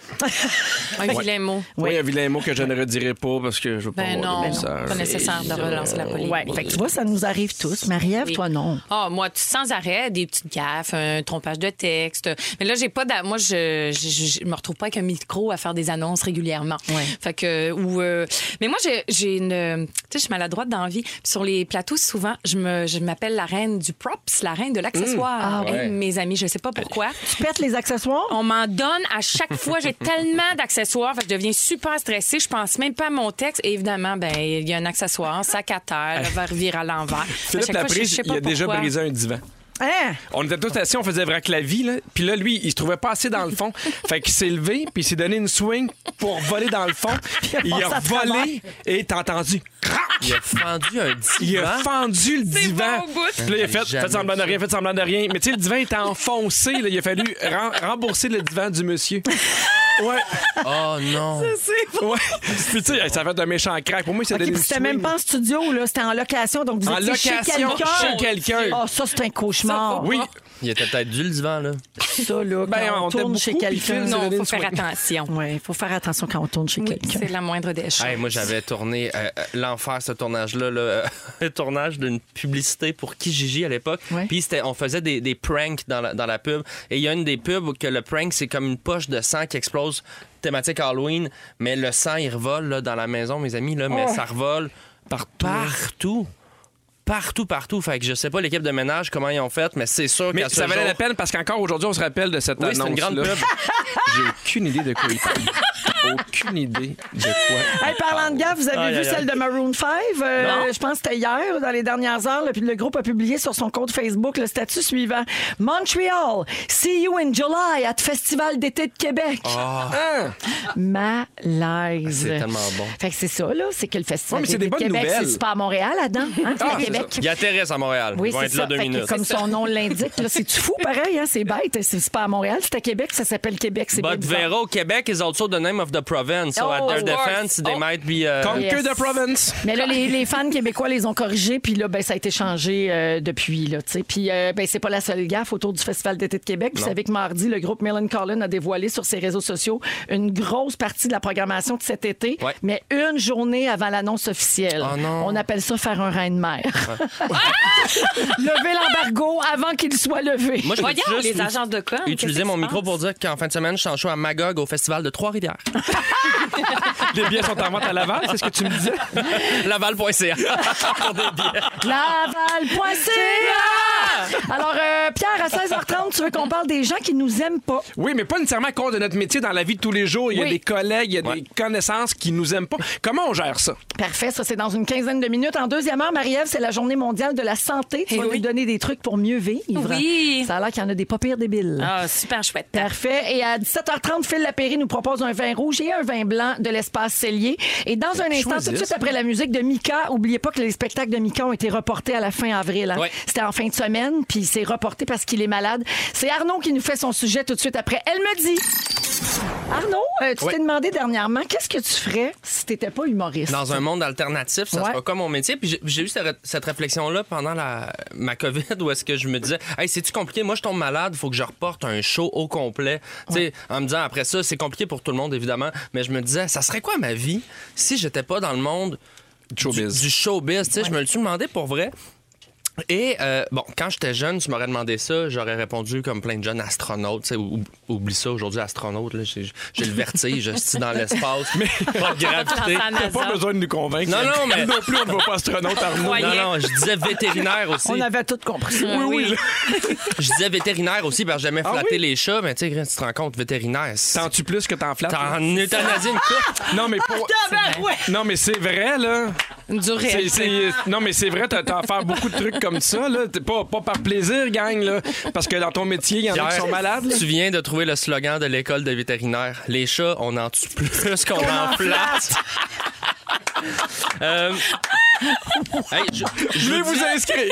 F: Un vilain mot.
D: Oui, un vilain mot que je ne redirai pas parce que je veux pas
F: Ben non,
D: avoir de
F: c'est
D: message.
F: pas nécessaire de relancer la police.
E: Ouais. Fait que tu vois, ça nous arrive tous. Marie-Ève, toi, non.
F: Ah, moi, tu- sans arrêt, des petites gaffes, un trompage de texte. Mais là, j'ai pas d'a- Moi, je, je, je- je me retrouve pas avec un micro à faire des annonces régulièrement.
E: Ouais.
F: Fait que, ou, euh, mais moi, j'ai- j'ai une. Tu sais, je suis maladroite dans la vie. Puis Sur les plateaux, souvent, je me- je m'appelle la reine du props, la reine de
D: Mmh.
F: l'accessoire.
G: Ah, ouais.
F: Hey, Mes amis, je sais pas pourquoi.
E: Tu pètes les accessoires?
F: On m'en donne à chaque fois. J'ai tellement d'accessoires. Fait que je deviens super stressée. Je pense même pas à mon texte. Et évidemment, ben, il y a un accessoire, un sac à terre, le verre vire à l'envers. À chaque fois,
D: Philippe
F: je-
D: Laprise,
F: je sais
D: il
F: pas
D: a déjà
F: pourquoi.
D: brisé un divan.
E: Hein?
D: On était tous assis, on faisait vrac la vie, là. Puis là, lui, il se trouvait pas assez dans le fond. fait qu'il s'est levé, puis il s'est donné une swing pour voler dans le fond. il
E: passé
D: a
E: à travers.
D: volé et t'as entendu. crac!
G: Il a fendu un divan.
D: Il
E: Hein?
D: a fendu le divan.
F: bon au bout.
D: Puis là, il a fait,
G: J'avais
D: fait semblant de rien, fait semblant de rien. Mais tu sais, le divan était enfoncé. là. Il a fallu ren- rembourser le divan du monsieur. Ouais,
G: Oh non.
D: ouais. Puis tu sais, ça a fait un méchant crack. Pour moi, il s'est
E: OK,
D: donné
E: puis
D: une
E: c'était
D: swing.
E: même pas en studio, là. C'était en location. Donc, vous
D: En
E: étiez chez
D: location,
E: quelqu'un.
D: chez quelqu'un.
E: Ah, ça, c'est un cauchemar.
D: Oui,
G: Il était peut-être dû le divan, là.
E: Ça, là, quand
D: Ben, on
E: on,
D: était
E: tourne chez
D: beaucoup, puis
E: quelqu'un.
D: Phil,
F: Non,
D: donné
F: il
D: une
F: faut faire
D: soirée.
F: attention.
E: Oui, il faut faire attention quand on tourne chez
F: Oui,
E: quelqu'un.
F: c'est la moindre des choses.
G: Hey, moi, j'avais tourné euh, euh, l'enfer, ce tournage-là, là, euh, un tournage d'une publicité pour Kijiji à l'époque.
E: Ouais.
G: Puis c'était, on faisait des, des pranks dans la, dans la pub. Et il y a une des pubs où que le prank, c'est comme une poche de sang qui explose, thématique Halloween, mais le sang, il revole là, dans la maison, mes amis, là, mais ça revole partout. Partout. Partout, partout. Fait que je sais pas l'équipe de ménage comment ils ont fait, mais c'est sûr
D: mais
G: qu'à ce
D: ça valait
G: jour-
D: la peine parce qu'encore aujourd'hui, on se rappelle de cette
G: Oui, c'est
D: annonce.
G: une grande pub.
D: J'ai aucune idée de quoi il parle. aucune idée de quoi.
E: Hey, parlant de gaffe, vous avez
G: Aïe,
E: vu
G: aïe,
E: celle de Maroon 5? Euh, je pense que c'était hier, dans les dernières heures. là, puis le groupe a publié sur son compte Facebook le statut suivant. Montreal, see you in July at Festival d'été de Québec.
D: Ah.
E: Malaise.
G: Ah. C'est tellement bon.
E: Fait que c'est ça, là. C'est que le Festival
D: Ouais, mais c'est
E: d'été
D: des
E: de
D: bonnes
E: Québec,
D: nouvelles.
E: c'est super à Montréal, là-dedans. Hein, c'est à
D: c'est
E: Québec.
G: Il y a Thérèse à Montréal.
E: Oui,
G: Ah, Ils vont
E: c'est
G: être là
E: ça.
G: deux
E: Fait que
G: minutes.
E: comme son nom l'indique, là, c'est-tu fou pareil, hein? C'est bête. C'est c'est pas à Montréal, c'est à Québec, ça s'appelle Québec. C'est bien
G: But
E: bizarre.
G: Vero, Québec is also the name of the province. So
E: Oh,
G: at
E: of
G: their defense, they might be. uh,
D: Conquer
E: Yes.
D: the province.
E: Mais là, les, les fans québécois les ont corrigés, puis là, ben, ça a été changé euh, depuis. Là, tu sais. puis euh, ben, c'est pas la seule gaffe autour du Festival d'été de Québec. Vous savez que mardi, le groupe Millen Collin a dévoilé sur ses réseaux sociaux une grosse partie de la programmation de cet été,
G: Ouais.
E: mais une journée avant l'annonce officielle.
G: Oh non.
E: On appelle ça faire un rein de mer. Lever l'embargo avant qu'il soit levé.
G: Moi, je peux
F: Voyons,
G: juste
F: les agences de com, qu'est-ce
G: Utiliser
F: qui
G: mon
F: se
G: micro
F: passe?
G: pour dire qu'en fin de semaine, je suis en show à Magog au Festival de Trois-Rivières.
D: Les billets sont en vente à Laval, c'est ce que tu me disais?
G: Laval.ca. Pour des billets.
E: Laval.ca! Alors, euh, Pierre, à 16h30, tu veux qu'on parle des gens qui nous aiment pas.
D: Oui, mais pas nécessairement à cause de notre métier dans la vie de tous les jours. Il y a
E: Oui.
D: des collègues, il y a
G: Ouais.
D: des connaissances qui nous aiment pas. Comment on gère ça?
E: Parfait, ça c'est dans une quinzaine de minutes. En deuxième heure, Marie-Ève, c'est la journée mondiale de la santé. Tu
F: Eh
E: vas
F: oui.
E: nous donner des trucs pour mieux vivre.
F: Oui.
E: Ça a l'air qu'il y en a des pas pires débiles.
F: Ah, super chouette.
E: Parfait. Et à 17h30, Phil Lapéry nous propose un vin rouge et un vin blanc de l'espace cellier. Et dans un instant, tout de suite après la musique de Mika, oubliez pas que les spectacles de Mika ont été reportés à la fin avril. hein.
G: Ouais.
E: C'était en fin de semaine, puis c'est reporté parce qu'il est malade. C'est Arnaud qui nous fait son sujet tout de suite après. Elle me dit. Arnaud, euh, tu
G: Ouais.
E: t'es demandé dernièrement, qu'est-ce que tu ferais si t'étais pas humoriste?
G: Dans un monde alternatif, ça
E: Ouais.
G: sera comme mon métier. Puis j'ai- j'ai eu cette, cette réflexion-là pendant la, ma COVID où est-ce que je me disais, hey, c'est-tu compliqué? Moi, je tombe malade, faut que je reporte un show au complet. Tu sais, En me disant, après ça, c'est compliqué pour tout le monde, évidemment. Mais je me disais, ça serait quoi ma vie si j'étais pas dans le monde
D: Du showbiz.
G: Du, du showbiz. Tu sais, Je me le suis demandé pour vrai. Et euh, bon, quand j'étais jeune, tu m'aurais demandé ça, j'aurais répondu comme plein de jeunes astronautes. tu sais, ou- oublie ça aujourd'hui, astronaute, là, j'ai j'ai le vertige, je suis dans l'espace, mais pas de gravité.
F: T'as
D: T'as pas besoin de nous convaincre.
G: Non, non, mais-
D: Non plus, on ne va pas astronaute, Arnaud.
F: Voyons.
G: Non, non, je disais vétérinaire aussi.
E: On avait tout compris.
F: oui.
G: Je disais vétérinaire aussi parce que j'aimais
D: Ah
G: flatter
D: oui?
G: les chats, mais tu sais, tu te rends compte, vétérinaire, c'est-
D: T'en tu plus que t'en flattes?
G: t'en euthanasies une
H: Ah,
G: coupe.
D: Non, mais
E: Ah,
D: pour... Non, mais c'est vrai, là.
F: Du
D: C'est-
F: réel.
D: c'est- Non, mais c'est vrai, t'as t'as à faire beaucoup de trucs comme ça, là. T'es Pas, pas par plaisir, gang, là. Parce que dans ton métier, il y en a qui sont
G: Pierre,
D: malades, là.
G: Tu viens de trouver le slogan de l'école de vétérinaire. Les chats, on en tue plus qu'on en flatte. Euh, hey, je, je
D: Je vais
G: vous
D: vous
G: dis-
D: inscrire.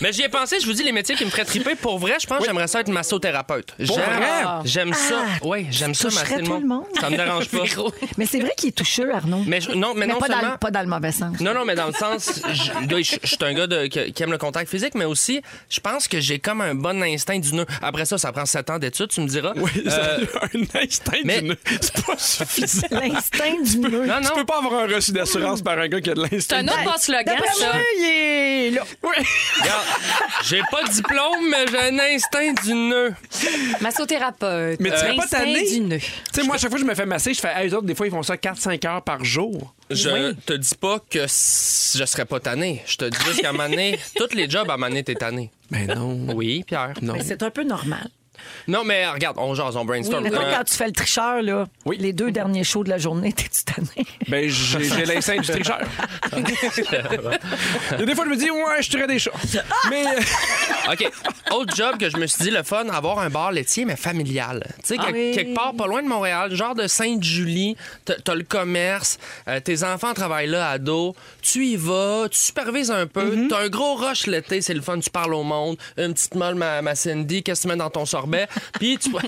G: mais j'y ai pensé, je vous dis les métiers qui me feraient triper. Pour vrai, je pense que j'aimerais ça être massothérapeute. J'aime-
D: vrai?
G: J'aime ça. Oui, j'aime ça,
E: toucherais
G: masser le
E: tout
G: monde.
E: le monde.
G: Ça me dérange pas.
E: Mais c'est vrai qu'il est toucheux, Arnaud.
G: Mais je- non, mais, non
E: pas, dans,
G: seulement.
E: le- pas dans le mauvais sens.
G: Non, non, mais dans le sens, je, là, je- je suis un gars de- que- qui aime le contact physique, mais aussi, je pense que j'ai comme un bon instinct du nœud. Après ça, ça prend 7 ans d'études, tu me diras.
D: Oui, ça
G: Euh,
D: a un instinct
G: mais-
D: d'une... C'est pas suffisant.
E: L'instinct du nœud.
G: non,
D: Tu peux
G: non.
D: pas avoir un reçu d'assurance par un gars qui a de
F: C'est
D: l'instinct.
F: un autre bon slogan,
E: D'après
F: ça.
E: moi, il est là.
G: regarde, J'ai pas de diplôme, mais j'ai un instinct du nœud.
F: Massothérapeute.
D: Mais tu serais pas
F: Instinct
D: tanné?
F: du nœud.
D: Tu sais, moi, à chaque fois que je me fais masser, je fais, hey, eux autres, des fois, ils font ça 4-5 heures par jour.
G: Je te dis pas que s- je serais pas tanné. Je te dis juste qu'à Mané, tous les jobs à Mané, t'es tanné.
D: Ben non.
G: Oui, Pierre.
D: Non.
E: Mais C'est un peu normal.
G: Non, mais regarde, on jase, on brainstorm.
E: Mais toi,
G: Euh,
E: quand tu fais le tricheur, là,
D: Oui.
E: les deux derniers shows de la journée, t'es-tu tanné?
D: Ben, j'ai j'ai l'instinct du tricheur. Il y a des fois, je me dis, ouais, je tuerais des chats. Mais
G: OK. Autre job que je me suis dit, le fun, avoir un bar laitier, mais familial. Tu sais,
F: Ah
G: quel-
E: oui.
G: quelque part, pas loin de Montréal, genre de Sainte-Julie, t'as t'as le commerce, euh, tes enfants travaillent là, ados, tu y vas, tu supervises un peu,
F: Mm-hmm.
G: t'as un gros rush l'été, c'est le fun, tu parles au monde, une petite molle, ma, ma Cindy, qu'est-ce que tu mets dans ton sorbet, puis tu... Quoi?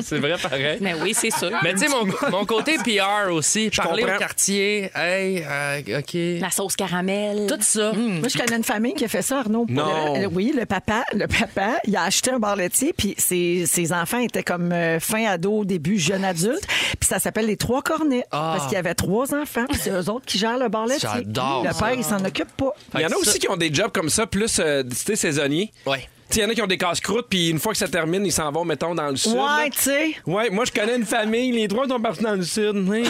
G: c'est vrai pareil.
F: Mais oui, c'est sûr.
G: Mais tu sais, mon, mon côté PR aussi, parler au
D: comprends.
G: quartier, hey, euh, OK...
F: La sauce caramel.
G: Tout ça.
E: Moi, je connais une famille qui a fait ça, Arnaud. Pour
D: Non.
E: le- oui, le papa, le papa, il a acheté un bar laitier, puis ses, ses enfants étaient comme euh, fin ado, début jeune adulte. Puis ça s'appelle les trois cornets.
G: Ah.
E: Parce qu'il y avait trois enfants, puis c'est eux autres qui gèrent le bar laitier.
G: J'adore
E: Le
G: ça.
E: père, il s'en occupe pas.
D: il y en a aussi qui ont des jobs comme ça, plus, euh, tu sais, saisonniers.
G: Ouais.
D: Tu sais, il y en a qui ont des casse-croûtes, puis une fois que ça termine, ils s'en vont, mettons, dans le sud. là.
E: Ouais, tu sais.
D: Ouais, moi, je connais une famille, les trois sont partis dans le sud. Hein, oui.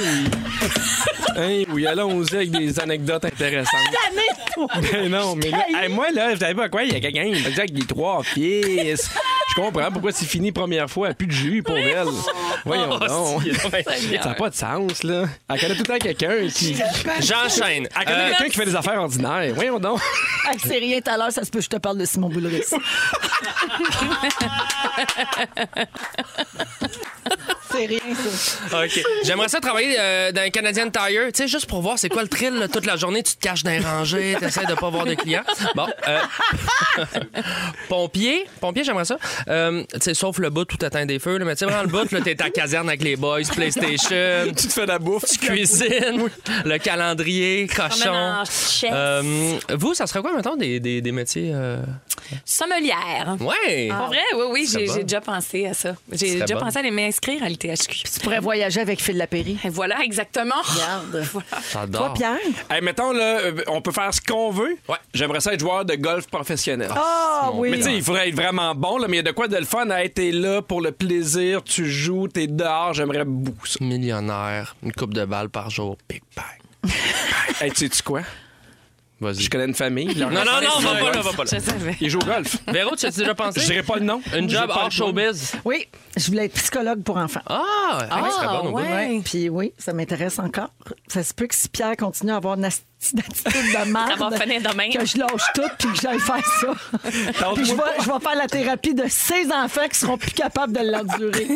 D: Hein, oui, allons-y avec des anecdotes intéressantes. Ben non, mais là, hey, moi, là, je savais pas quoi, il y a quelqu'un, il me dit avec les trois fils. Je comprends pourquoi c'est fini première fois, plus de jus pour elle. Voyons donc. Ça n'a pas de sens, là. Elle connaît tout le temps quelqu'un qui.
G: J'enchaîne.
D: Elle connaît
G: Euh,
D: quelqu'un qui fait des affaires ordinaires. Voyons donc.
E: Hey, c'est rien tout à l'heure, ça se peut, je te parle de Simon Boulris. c'est rien, ça.
G: Ah, OK. J'aimerais ça travailler euh, dans un Canadian Tire, tu sais, juste pour voir c'est quoi le thrill. là. toute la journée, tu te caches dans les rangées, t'essaies de pas voir de clients. Bon. euh, pompier, pompier, j'aimerais ça. Euh, tu sais, sauf le bout, tout atteint des feux. Là, mais tu sais, vraiment, le bout, là, t'es à la caserne avec les boys, PlayStation,
D: Tu te fais de la bouffe.
G: tu cuisines, le calendrier, cochon.
B: en chef.
G: Euh, vous, ça serait quoi, mettons, des, des, des métiers... euh, Ah.
F: Sommelière.
G: Ouais!
F: En vrai, oui, oui,
G: serait
F: j'ai
G: bon.
F: j'ai déjà pensé à ça.
G: serait
F: J'ai déjà
G: bon.
F: pensé à aller m'inscrire à l'ITHQ.
E: Tu pourrais voyager avec Phil Lapéry.
F: Et Voilà, exactement.
E: Regarde.
F: Voilà.
E: Toi,
G: J'adore.
E: Pierre?
D: Hey, mettons, là, euh, on peut faire ce qu'on veut.
G: Ouais.
D: J'aimerais ça être joueur de golf professionnel.
E: Ah oui.
D: Mais tu sais, il faudrait être vraiment bon, là, mais il y a de quoi de le fun à être là pour le plaisir. Tu joues, t'es dehors, j'aimerais beaucoup ça.
G: Millionnaire, une coupe de balles par jour, big bang.
D: Hey, tu sais-tu quoi?
G: Vas-y.
D: Je connais une famille. leur
G: Non, non, non,
D: enfant,
G: va pas
D: ils jouent
G: là,
D: au
G: va
D: golf.
G: pas là.
F: Je savais.
D: Ils jouent au golf.
G: Véro, tu as déjà pensé?
D: Je dirais pas le nom.
G: Une
D: Je
G: job
D: veux pas
G: hors
D: le nom.
G: showbiz.
E: Oui, je voulais être psychologue pour enfants.
G: Ah, ah, serait bon,
F: ouais.
E: Ouais, Puis oui, ça m'intéresse encore. Ça se peut que si Pierre continue à avoir une asti- une attitude de merde,
F: va finir demain.
E: que je lâche tout puis que j'aille faire ça. puis je vais, je vais faire la thérapie de ces enfants qui seront plus capables de l'endurer.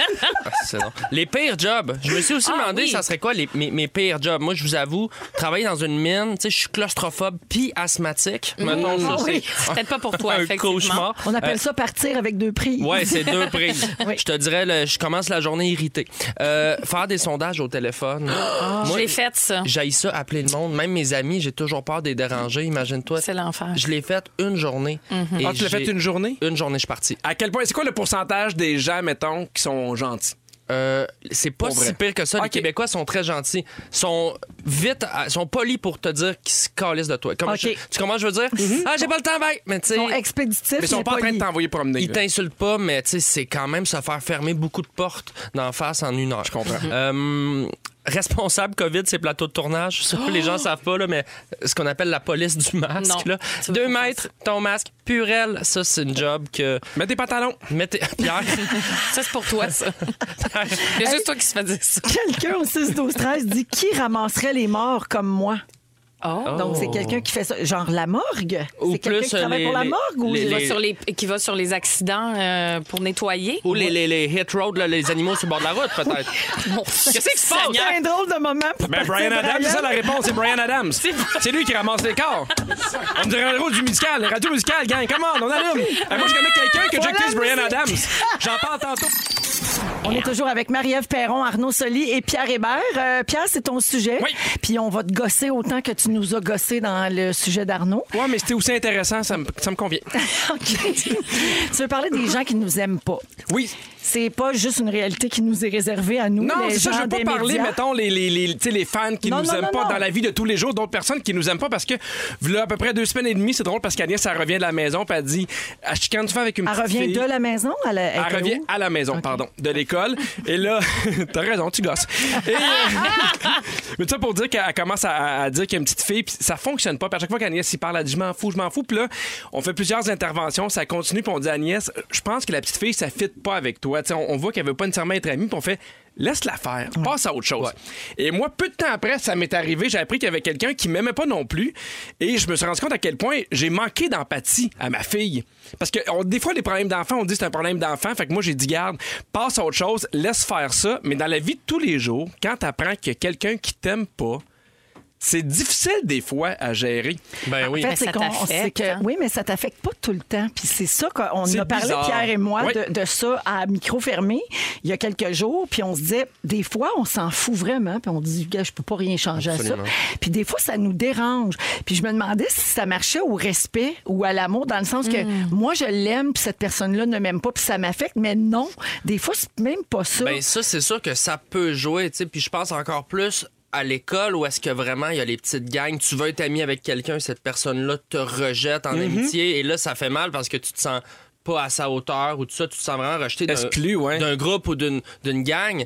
G: Ah, Les pires jobs. Je me suis aussi
F: Ah,
G: demandé,
F: oui.
G: ça serait quoi les, mes, mes pires jobs? Moi, je vous avoue, travailler dans une mine, tu sais, je suis claustrophobe puis asthmatique.
F: Mm.
G: Mettons, ça,
E: Ah oui.
G: c'est
F: Peut-être pas pour toi,
G: un
F: effectivement.
G: cauchemar.
E: On appelle ça partir avec deux prises.
G: Ouais, c'est deux prises. Je te dirais, le- je commence la journée irritée. Euh, faire des sondages au téléphone.
F: Ah, Je
G: Moi,
F: l'ai faite, ça.
G: J'aille ça, appeler le monde. Même mes amis, j'ai toujours peur des déranger. Imagine-toi.
F: C'est Mm-hmm. l'enfer.
G: Je l'ai faite une journée. et
D: Ah, tu l'as
G: j'ai-
D: fait une journée?
G: Une journée, je suis parti.
D: À quel point, c'est quoi le pourcentage des gens, mettons, qui sont gentils?
G: Euh, c'est pas
D: Pour vrai.
G: si pire que ça. Les
D: Ok.
G: Québécois sont très gentils. sont vite, à- sont polis pour te dire qu'ils se calissent de toi. Comme
E: Ok.
G: je- tu comprends, ce que je veux dire? Ah, j'ai pas le temps, bye! Mais tu
E: Ils sont
G: sais,
E: expéditifs.
D: Mais ils sont
E: mais
D: pas en train de
E: polis.
D: t'envoyer promener.
G: ils
D: là.
G: t'insultent pas, mais tu sais, c'est quand même se faire fermer beaucoup de portes d'en face en une heure. Je
D: comprends.
G: responsable COVID, c'est plateau de tournage. Ça, les gens savent pas, là, mais ce qu'on appelle la police du masque.
F: Non,
G: là.
F: tu veux
G: Deux
F: pas faire
G: mètres, ton masque, purel. Ça, c'est une job que.
D: Mets tes pantalons.
G: Mettez. Pierre.
F: Ça, c'est pour toi, ça. Il y a juste toi qui se fait dire ça.
E: Quelqu'un au 6-12-13 dit qui ramasserait les morts comme moi?
F: Oh.
E: Donc, c'est quelqu'un qui fait ça. Genre la morgue?
G: Ou
E: C'est quelqu'un
G: plus,
E: qui travaille
G: les-
D: euh,
E: pour la
G: les-
E: morgue? ou
G: les-
F: Qui va
G: les-
F: sur les, qui va sur les accidents euh, pour nettoyer.
G: Ou les, les, les hit road, là, les animaux sur le bord de la route, peut-être. Qu'est-ce qui se passe? hein?
E: C'est un drôle de moment pour
D: Ben,
E: partir
D: Brian
E: de
D: Adams, c'est ça
E: Brian.
D: la réponse, c'est Brian Adams. C'est lui qui ramasse les corps. On dirait le rôle du musical, la radio musicale, gang. Come on, on allume. Hey, moi, je connais quelqu'un qui a déjà
E: Voilà
D: quitté ce Brian
E: la
D: Adams. J'en parle tantôt.
E: On est toujours avec Marie-Ève Perron, Arnaud Soli et Pierre Hébert. Euh, Pierre, c'est ton sujet.
D: Oui.
E: Puis on va te gosser autant que tu nous as gossé dans le sujet d'Arnaud.
D: Ouais, mais c'était aussi intéressant, ça me, ça me convient.
E: tu veux parler des gens qui nous aiment pas.
D: Oui.
E: C'est pas juste une réalité qui nous est réservée à nous.
D: Non,
E: les
D: c'est ça, je
E: gens
D: veux pas
E: des
D: parler,
E: médias.
D: mettons, les, les, les, tu sais, les fans qui
E: Non,
D: nous
E: non,
D: aiment
E: non,
D: pas
E: non.
D: dans la vie de tous les jours, d'autres personnes qui nous aiment pas parce que, voilà à peu près deux semaines et demie, c'est drôle parce qu'Agnès, elle revient de la maison, puis elle dit, Ah, quand tu fais avec une
E: Elle
D: petite
E: revient
D: fille-
E: de la maison? Elle,
D: Elle revient à la maison, pardon, de l'école. Et là, t'as raison, tu gosses. Et, euh, mais ça pour dire qu'elle commence à, à dire qu'il y a une petite fille, puis ça fonctionne pas. Puis à chaque fois qu'Agnès y parle, elle dit Je m'en fous, je m'en fous. Puis là, on fait plusieurs interventions, ça continue, puis on dit Agnès, je pense que la petite fille, ça fit pas avec toi. Tu sais, on, on voit qu'elle veut pas nécessairement être amie, puis on fait Laisse-la faire, passe à autre chose. Et moi, peu de temps après, ça m'est arrivé, j'ai appris qu'il y avait quelqu'un qui m'aimait pas non plus. Et je me suis rendu compte à quel point j'ai manqué d'empathie à ma fille. Parce que on- des fois, les problèmes d'enfants, on dit c'est un problème d'enfant. Fait que moi, j'ai dit, garde, passe à autre chose, laisse faire ça. Mais dans la vie de tous les jours, quand t'apprends qu'il y a quelqu'un qui t'aime pas, c'est difficile des fois à gérer.
G: Ben oui.
E: En fait, c'est
F: ça
E: qu'on-
F: t'affecte,
E: c'est que-
F: hein?
E: Oui, mais ça t'affecte pas tout le temps. Puis c'est ça qu'on
D: C'est
E: a parlé,
D: bizarre.
E: Pierre et moi,
D: Oui.
E: de, de ça à micro fermé il y a quelques jours. Puis on se disait, des fois, on s'en fout vraiment. Puis on dit, gars, je peux pas rien changer
G: Absolument.
E: à ça. Puis des fois, ça nous dérange. Puis je me demandais si ça marchait au respect ou à l'amour, dans le sens que moi, je l'aime, puis cette personne-là ne m'aime pas, puis ça m'affecte. Mais non, des fois, c'est même pas ça.
G: Ben ça, c'est sûr que ça peut jouer, tu sais. Puis je pense encore plus à l'école où est-ce que vraiment il y a les petites gangs. Tu veux être ami avec quelqu'un, cette personne-là te rejette en
D: Mm-hmm.
G: amitié. Et là, ça fait mal parce que tu te sens pas à sa hauteur ou tout ça. Tu te sens vraiment rejeté d'un-
D: Exclu, ouais.
G: d'un groupe ou d'une d'une gang.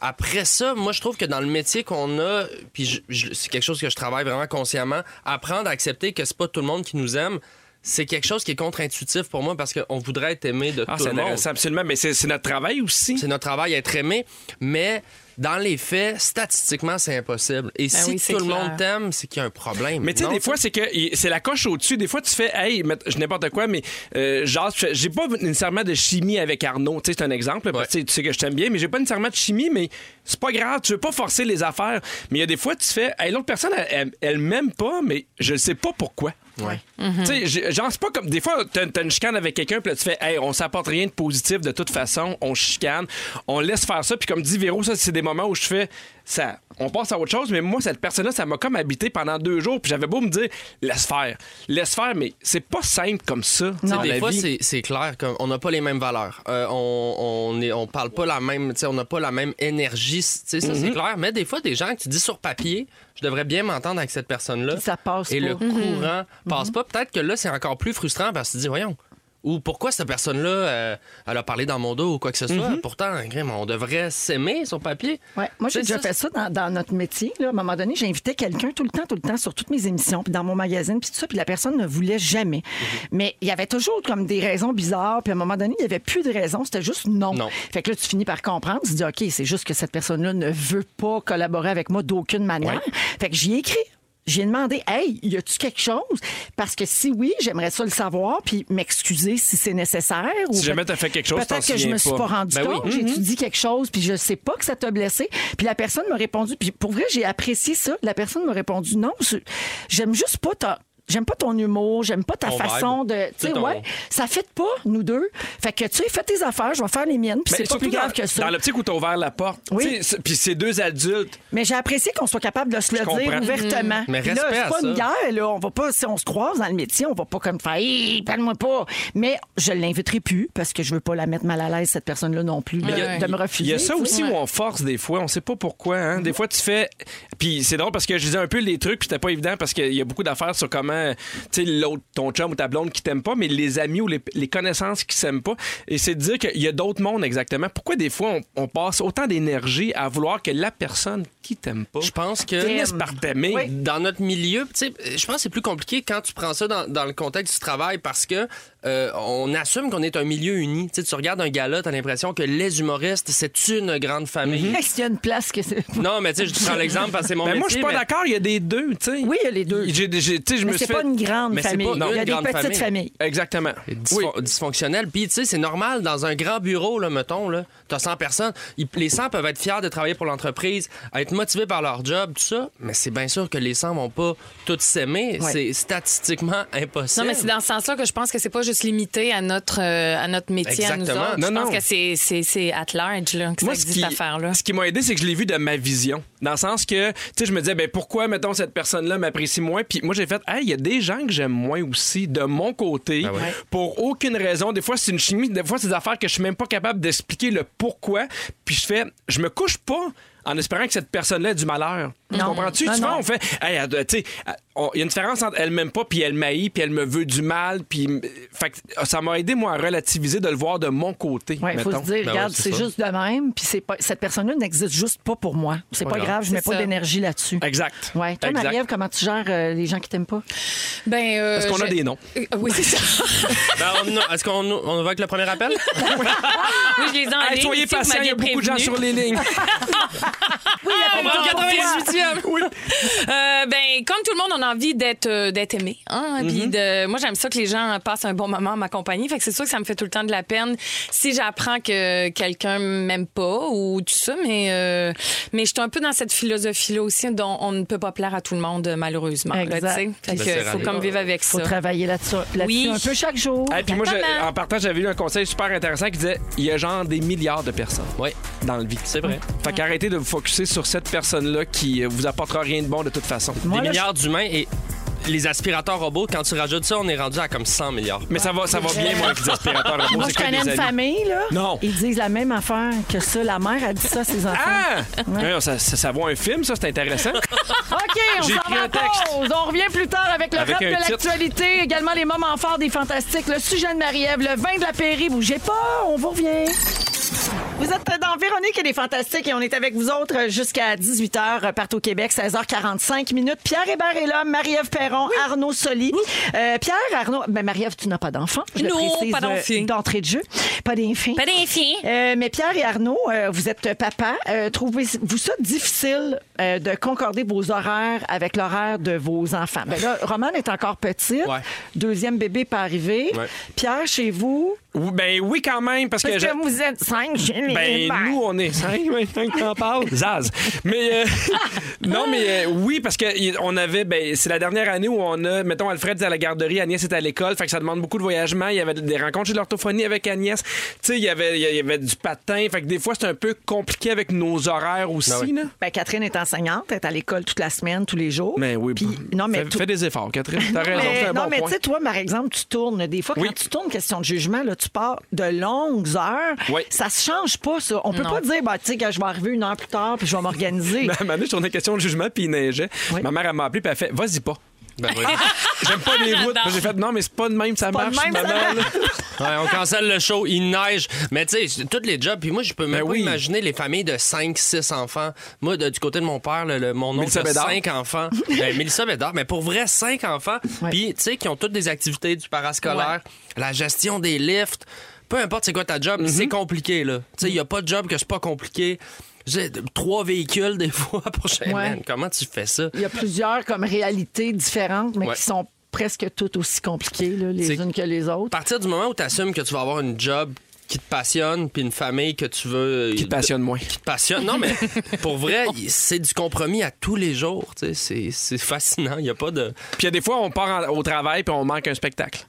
G: Après ça, moi, je trouve que dans le métier qu'on a, puis je- je- c'est quelque chose que je travaille vraiment consciemment, apprendre à accepter que c'est pas tout le monde qui nous aime, c'est quelque chose qui est contre-intuitif pour moi parce qu'on voudrait être aimé de
D: Ah,
G: tout
D: c'est
G: le monde.
D: intéressant, absolument. Mais c'est c'est notre travail aussi.
G: C'est notre travail à être aimé, mais dans les faits, statistiquement, c'est impossible. Et si
F: oui, c'est
G: tout le
F: clair.
G: monde t'aime, c'est qu'il y a un problème.
D: Mais tu sais,
G: Non,
D: des fois, c'est que y- c'est la coche au-dessus. Des fois, tu fais, hey, mett- je n'importe quoi, mais euh, genre, je fais- j'ai pas nécessairement de chimie avec Arnaud. Tu sais, c'est un exemple. parce que tu sais- tu sais que je t'aime bien, mais j'ai pas nécessairement de chimie, mais c'est pas grave. Tu veux pas forcer les affaires. Mais il y a des fois, tu fais, hey, l'autre personne, elle, elle- elle m'aime pas, mais je ne sais pas pourquoi.
G: Ouais.
D: Tu sais, j'ai- genre, c'est pas comme. Des fois, t'as t'as une chicane avec quelqu'un, puis là, tu fais, hey, on s'apporte rien de positif de toute façon, on chicane, on laisse faire ça, puis comme dit Véro, ça, c'est des moments où je fais, ça, on passe à autre chose, mais moi, cette personne-là, ça m'a comme habité pendant deux jours, puis j'avais beau me dire, laisse faire, laisse faire, mais c'est pas simple comme ça.
G: Tu sais,
D: dans
G: des
D: la
G: fois,
D: vie.
G: c'est- c'est clair qu'on n'a pas les mêmes valeurs. Euh, on, on, est- on parle pas la même, tu sais, on n'a pas la même énergie. tu sais, Ça, c'est clair. Mais des fois, des gens que tu dis sur papier, je devrais bien m'entendre avec cette personne-là.
E: Ça passe
G: Et
E: pas.
G: le courant passe pas. Peut-être que là, c'est encore plus frustrant parce que tu dis, voyons. Ou pourquoi cette personne-là, euh, elle a parlé dans mon dos ou quoi que ce soit. Pourtant, Grim, on devrait s'aimer sur papier.
E: Ouais. Moi, j'ai
G: Tu sais,
E: déjà fait ça dans, dans notre métier. Là. À un moment donné, j'invitais quelqu'un tout le temps, tout le temps, sur toutes mes émissions, puis dans mon magazine, puis tout ça, puis la personne ne voulait jamais.
D: Mhm.
E: Mais il y avait toujours comme des raisons bizarres, puis à un moment donné, il n'y avait plus de raisons, c'était juste non.
G: Non.
E: Fait que là, tu finis par comprendre, tu te dis, OK, c'est juste que cette personne-là ne veut pas collaborer avec moi d'aucune manière. Fait que j'y ai écrit. J'ai demandé, hey, y a-tu quelque chose? Parce que si oui, j'aimerais ça le savoir, puis m'excuser si c'est nécessaire. ou
D: Si jamais t'as fait quelque chose, t'en
E: peut-être que je
D: souviens
E: me suis
D: pas.
E: pas rendu
G: Ben oui.
E: compte. J'ai-tu dit quelque chose, puis je sais pas que ça t'a blessé. Puis la personne m'a répondu, puis pour vrai, j'ai apprécié ça. La personne m'a répondu, non, c'est- j'aime juste pas ta... J'aime pas ton humour, j'aime pas ta
G: Ton
E: façon
G: vibe.
E: de. Tu sais,
G: C'est ton-
E: ouais, ça fait pas, nous deux. Fait que, tu sais, fais tes affaires, je vais faire les miennes, puis
D: Mais
E: c'est pas
D: surtout
E: plus grave
D: dans,
E: que ça.
D: Dans l'optique où t'as ouvert la porte.
E: Oui.
D: Tu sais, c'est- Puis c'est deux adultes.
E: Mais j'ai apprécié qu'on soit capable de se le
D: Je
E: dire
D: comprends.
E: ouvertement.
G: Mm-hmm. Mais
E: Puis là,
G: respect
E: c'est
G: à
E: pas
G: ça.
E: une guerre, là. On va pas, si on se croise dans le métier, on va pas comme faire, Hey, parle-moi pas. Mais je l'inviterai plus parce que je veux pas la mettre mal à l'aise, cette personne-là non plus, de,
G: il y a-
E: de me refuser.
D: Il y a ça
E: tu sais.
D: aussi où on force des fois, on sait pas pourquoi. hein. Des fois, tu fais. Puis c'est drôle parce que je disais un peu les trucs, puis c'était pas évident parce qu'il y a beaucoup d'affaires sur comment, tu sais, l'autre, ton chum ou ta blonde qui t'aime pas, mais les amis ou les, les connaissances qui s'aiment pas. Et c'est de dire qu'il y a d'autres mondes exactement. Pourquoi des fois on, on passe autant d'énergie à vouloir que la personne qui t'aime pas
G: Je pense que.
D: finisse par t'aimer?
E: Oui.
G: dans notre milieu, tu sais, je pense que c'est plus compliqué quand tu prends ça dans, dans le contexte du travail parce que euh, on assume qu'on est un milieu uni. Tu sais, tu regardes un gala, t'as l'impression que les humoristes, c'est une grande famille.
E: Est-ce qu'il y a une place que c'est.
G: Non, mais tu sais, je prends l'exemple parce que c'est mon
D: Mm-hmm. Ben,
G: métier.
D: moi, je suis pas
G: mais-
D: d'accord, il y a des deux, tu sais.
E: Oui, il y a les deux.
D: J'ai- j'ai- tu sais, je me
E: Mais
D: suis
E: c'est
D: fait-
E: pas une grande
G: Mais c'est
E: famille.
G: pas
E: Il y a
G: une
E: des
G: grande
E: petites
G: famille.
E: familles.
D: Exactement. Oui.
G: Dysfon- dysfonctionnel. Puis, tu sais, c'est normal dans un grand bureau, là, mettons, là, t'as 100 personnes. Ils- les 100 peuvent être fiers de travailler pour l'entreprise, être motivés par leur job, tout ça. Mais c'est bien sûr que les 100 vont pas toutes s'aimer.
E: Ouais.
G: C'est statistiquement impossible.
F: Non, mais c'est dans ce sens-là que je pense que c'est pas juste limité à notre, euh, à notre métier, à nous
G: Exactement.
F: autres.
D: Non,
F: je
D: non.
F: pense que c'est- c'est c'est at large là, que
D: Moi,
F: ça
D: ce
F: existe,
D: qui,
F: cette affaire-là.
D: ce qui m'a aidé, c'est que je l'ai vu de ma vision. Dans le sens que, tu sais, je me disais, ben pourquoi, mettons, cette personne-là m'apprécie moins? Puis moi, j'ai fait, hey, il y a des gens que j'aime moins aussi, de mon côté,
G: Ah ouais?
D: pour aucune raison. Des fois, c'est une chimie, des fois, c'est des affaires que je suis même pas capable d'expliquer le pourquoi. Puis je fais, je me couche pas en espérant que cette personne-là ait du malheur. Comprends-tu?
E: Non,
D: tu vois,
E: non.
D: on fait. Hey, elle doit- tu sais, elle- on- Il y a une différence entre elle m'aime pas, puis elle m'haït, puis elle me veut du mal. Puis, euh, fait que ça m'a aidé, moi, à relativiser de le voir de mon côté.
E: Oui, il faut se
D: mettons.
E: dire,
G: Ben
E: regarde,
G: ouais, c'est
E: c'est
G: ça.
E: juste de même, puis c'est pas, cette personne-là n'existe juste pas pour moi. C'est pas,
D: grave.
E: grave, je mets
F: C'est
E: pas
F: ça.
E: d'énergie là-dessus.
D: Exact.
E: Ouais. Toi,
D: Exact.
E: Marie-Ève, comment tu gères euh, les gens qui t'aiment pas?
F: Ben, euh,
D: Parce qu'on a
F: je-
D: des noms.
F: Euh, oui, c'est ça.
G: Ben, on- Est-ce qu'on on va avec le premier appel?
F: oui, je les ai en
D: Hey,
F: ligne.
D: Ah, soyez
F: Tu sais, vous
D: patients, il y a
F: m'aviez
D: beaucoup de gens
F: prévenu.
D: sur les lignes.
F: Ah, on va en
E: Attends,
F: 98e. Euh, ben, comme tout le monde, on a envie d'être euh, d'être aimé. hein,
D: Mm-hmm.
F: puis de- moi, j'aime ça que les gens passent un bon moment à ma compagnie. Fait que c'est sûr que ça me fait tout le temps de la peine si j'apprends que quelqu'un m'aime pas ou tout ça. Mais, euh, mais je suis un peu dans cette philosophie-là aussi dont on ne peut pas plaire à tout le monde, malheureusement. là,
E: Exact.
F: tu sais. Fait
G: Ben,
F: que
G: c'est
F: faut
G: rare.
F: comme vivre avec
E: Faut
F: ça.
E: travailler là-dessus là
F: Oui.
E: un peu chaque jour.
D: Et Ah, puis moi, j'ai-
F: Exactement.
D: en partant, j'avais eu un conseil super intéressant qui disait il y a genre des milliards de personnes
G: Oui,
D: dans le vie.
G: c'est vrai.
D: Fait qu'arrêtez de vous focusser sur cette personne-là qui euh, vous apportera rien de bon de toute façon.
E: Moi,
G: Des
E: là,
G: milliards d'humains et les aspirateurs robots, quand tu rajoutes ça, on est rendu à comme 100 milliards.
D: Mais ça va, ça va bien, moi, avec les aspirateurs.
H: ah,
D: robots,
E: Moi,
D: c'est
E: je
D: que
E: connais
D: des
E: une
D: amis.
E: famille, là.
D: Non.
E: Ils disent la même affaire que ça. La mère a dit ça à ses enfants.
D: Ah! Ouais, Ça, ça, ça voit un film, ça, c'est intéressant.
E: OK, on
D: J'ai
E: s'en
D: écrit
E: va
D: un
E: à
D: texte.
E: pause. On revient plus tard avec le
D: Avec
E: rap de
D: un titre.
E: l'actualité, également les moments forts des fantastiques, le sujet de Marie-Ève, le vin de la Pairie. Bougez pas, on vous revient. Vous êtes dans Véronique et les Fantastiques et on est avec vous autres jusqu'à 18h partout au Québec, 16h45 minutes. Pierre Hébert est là, Marie-Ève Perron, Arnaud Soli. Euh, Pierre, Arnaud, ben Marie-Ève, tu n'as pas d'enfant. Je le
F: Non,
E: précise,
F: pas d'enfant.
E: euh, D'entrée de jeu. Pas d'enfant.
F: Pas d'infini.
E: Euh, mais Pierre et Arnaud, euh, vous êtes papa. Euh, Trouvez-vous ça difficile euh, de concorder vos horaires avec l'horaire de vos enfants? Ben là, Romane est encore petite.
G: Ouais.
E: Deuxième bébé pas arrivé.
G: Ouais.
E: Pierre, chez vous,
D: Ou- ben oui, quand même, parce,
E: parce
D: que.
E: que,
D: je-
E: vous êtes cinq, j'ai les
D: Ben,
E: pères.
D: nous, on est cinq maintenant que t'en parles. Zaz. Mais, euh, non, mais euh, oui, parce que y- on avait, ben, c'est la dernière année où on a, mettons, Alfred est à la garderie, Agnès est à l'école, fait que ça demande beaucoup de voyagement. Il y avait des rencontres chez l'orthophonie avec Agnès. Tu sais, il y avait, il y avait du patin. Fait que des fois, c'est un peu compliqué avec nos horaires aussi, là.
E: Ben, Catherine est enseignante, elle est à l'école toute la semaine, tous les jours.
D: Mais Ben oui,
E: Puis,
D: bon.
E: non, mais
D: fais,
E: tout-
D: fais des efforts, Catherine. T'as raison,
E: Mais-
D: c'est un
E: non,
D: bon
E: mais tu
D: point.
E: sais, toi, par exemple, tu tournes. Des fois, quand
D: Oui.
E: tu tournes question de jugement, là, tu pars de longues heures.
D: Oui.
E: Ça se change pas, ça. On peut pas dire, bah, tu sais, que je vais arriver une heure plus tard puis je vais m'organiser.
D: Ma mère, je tournais question de jugement, puis il neigeait.
E: Oui.
D: Ma mère, elle m'a appelé, puis elle fait Vas-y pas.
G: Ben oui.
D: J'aime pas les routes. J'ai fait Non, mais c'est pas de même, ça
E: pas de
D: marche.
E: même,
D: ma
E: ça
D: mère, là.
G: Ouais, on cancelle le show, il neige. Mais tu sais, c'est tous les jobs. Puis moi, je peux même
D: Ben
G: pas
D: oui.
G: imaginer les familles de 5, 6 enfants. Moi, de- du côté de mon père, le, le- mon oncle
D: Mélissa
G: a
D: Bédard.
G: 5 enfants. Ben, Mélissa Bédard, mais pour vrai, 5 enfants. Puis, tu sais, qui ont toutes des activités du parascolaire, la gestion des lifts. Peu importe c'est quoi ta
D: Mm-hmm.
G: job, c'est compliqué, là. Tu sais, il n'y a pas de job que c'est pas compliqué. J'ai d- trois véhicules des fois pour chaque
E: Ouais.
G: man, Comment tu fais ça?
E: Il y a plusieurs comme réalités différentes, mais
G: Ouais.
E: qui sont presque toutes aussi compliquées, là, les
G: C'est-
E: unes que les
G: À
E: autres.
G: partir du moment où tu assumes que tu vas avoir une job qui te passionne, puis une famille que tu veux...
D: Qui te passionne moins.
G: qui te passionne. Non, mais pour vrai, y- c'est du compromis à tous les jours. tu sais. C'est c'est fascinant. Il n'y a pas de.
D: Puis il y a des fois, on part en- au travail puis on manque un spectacle. Tu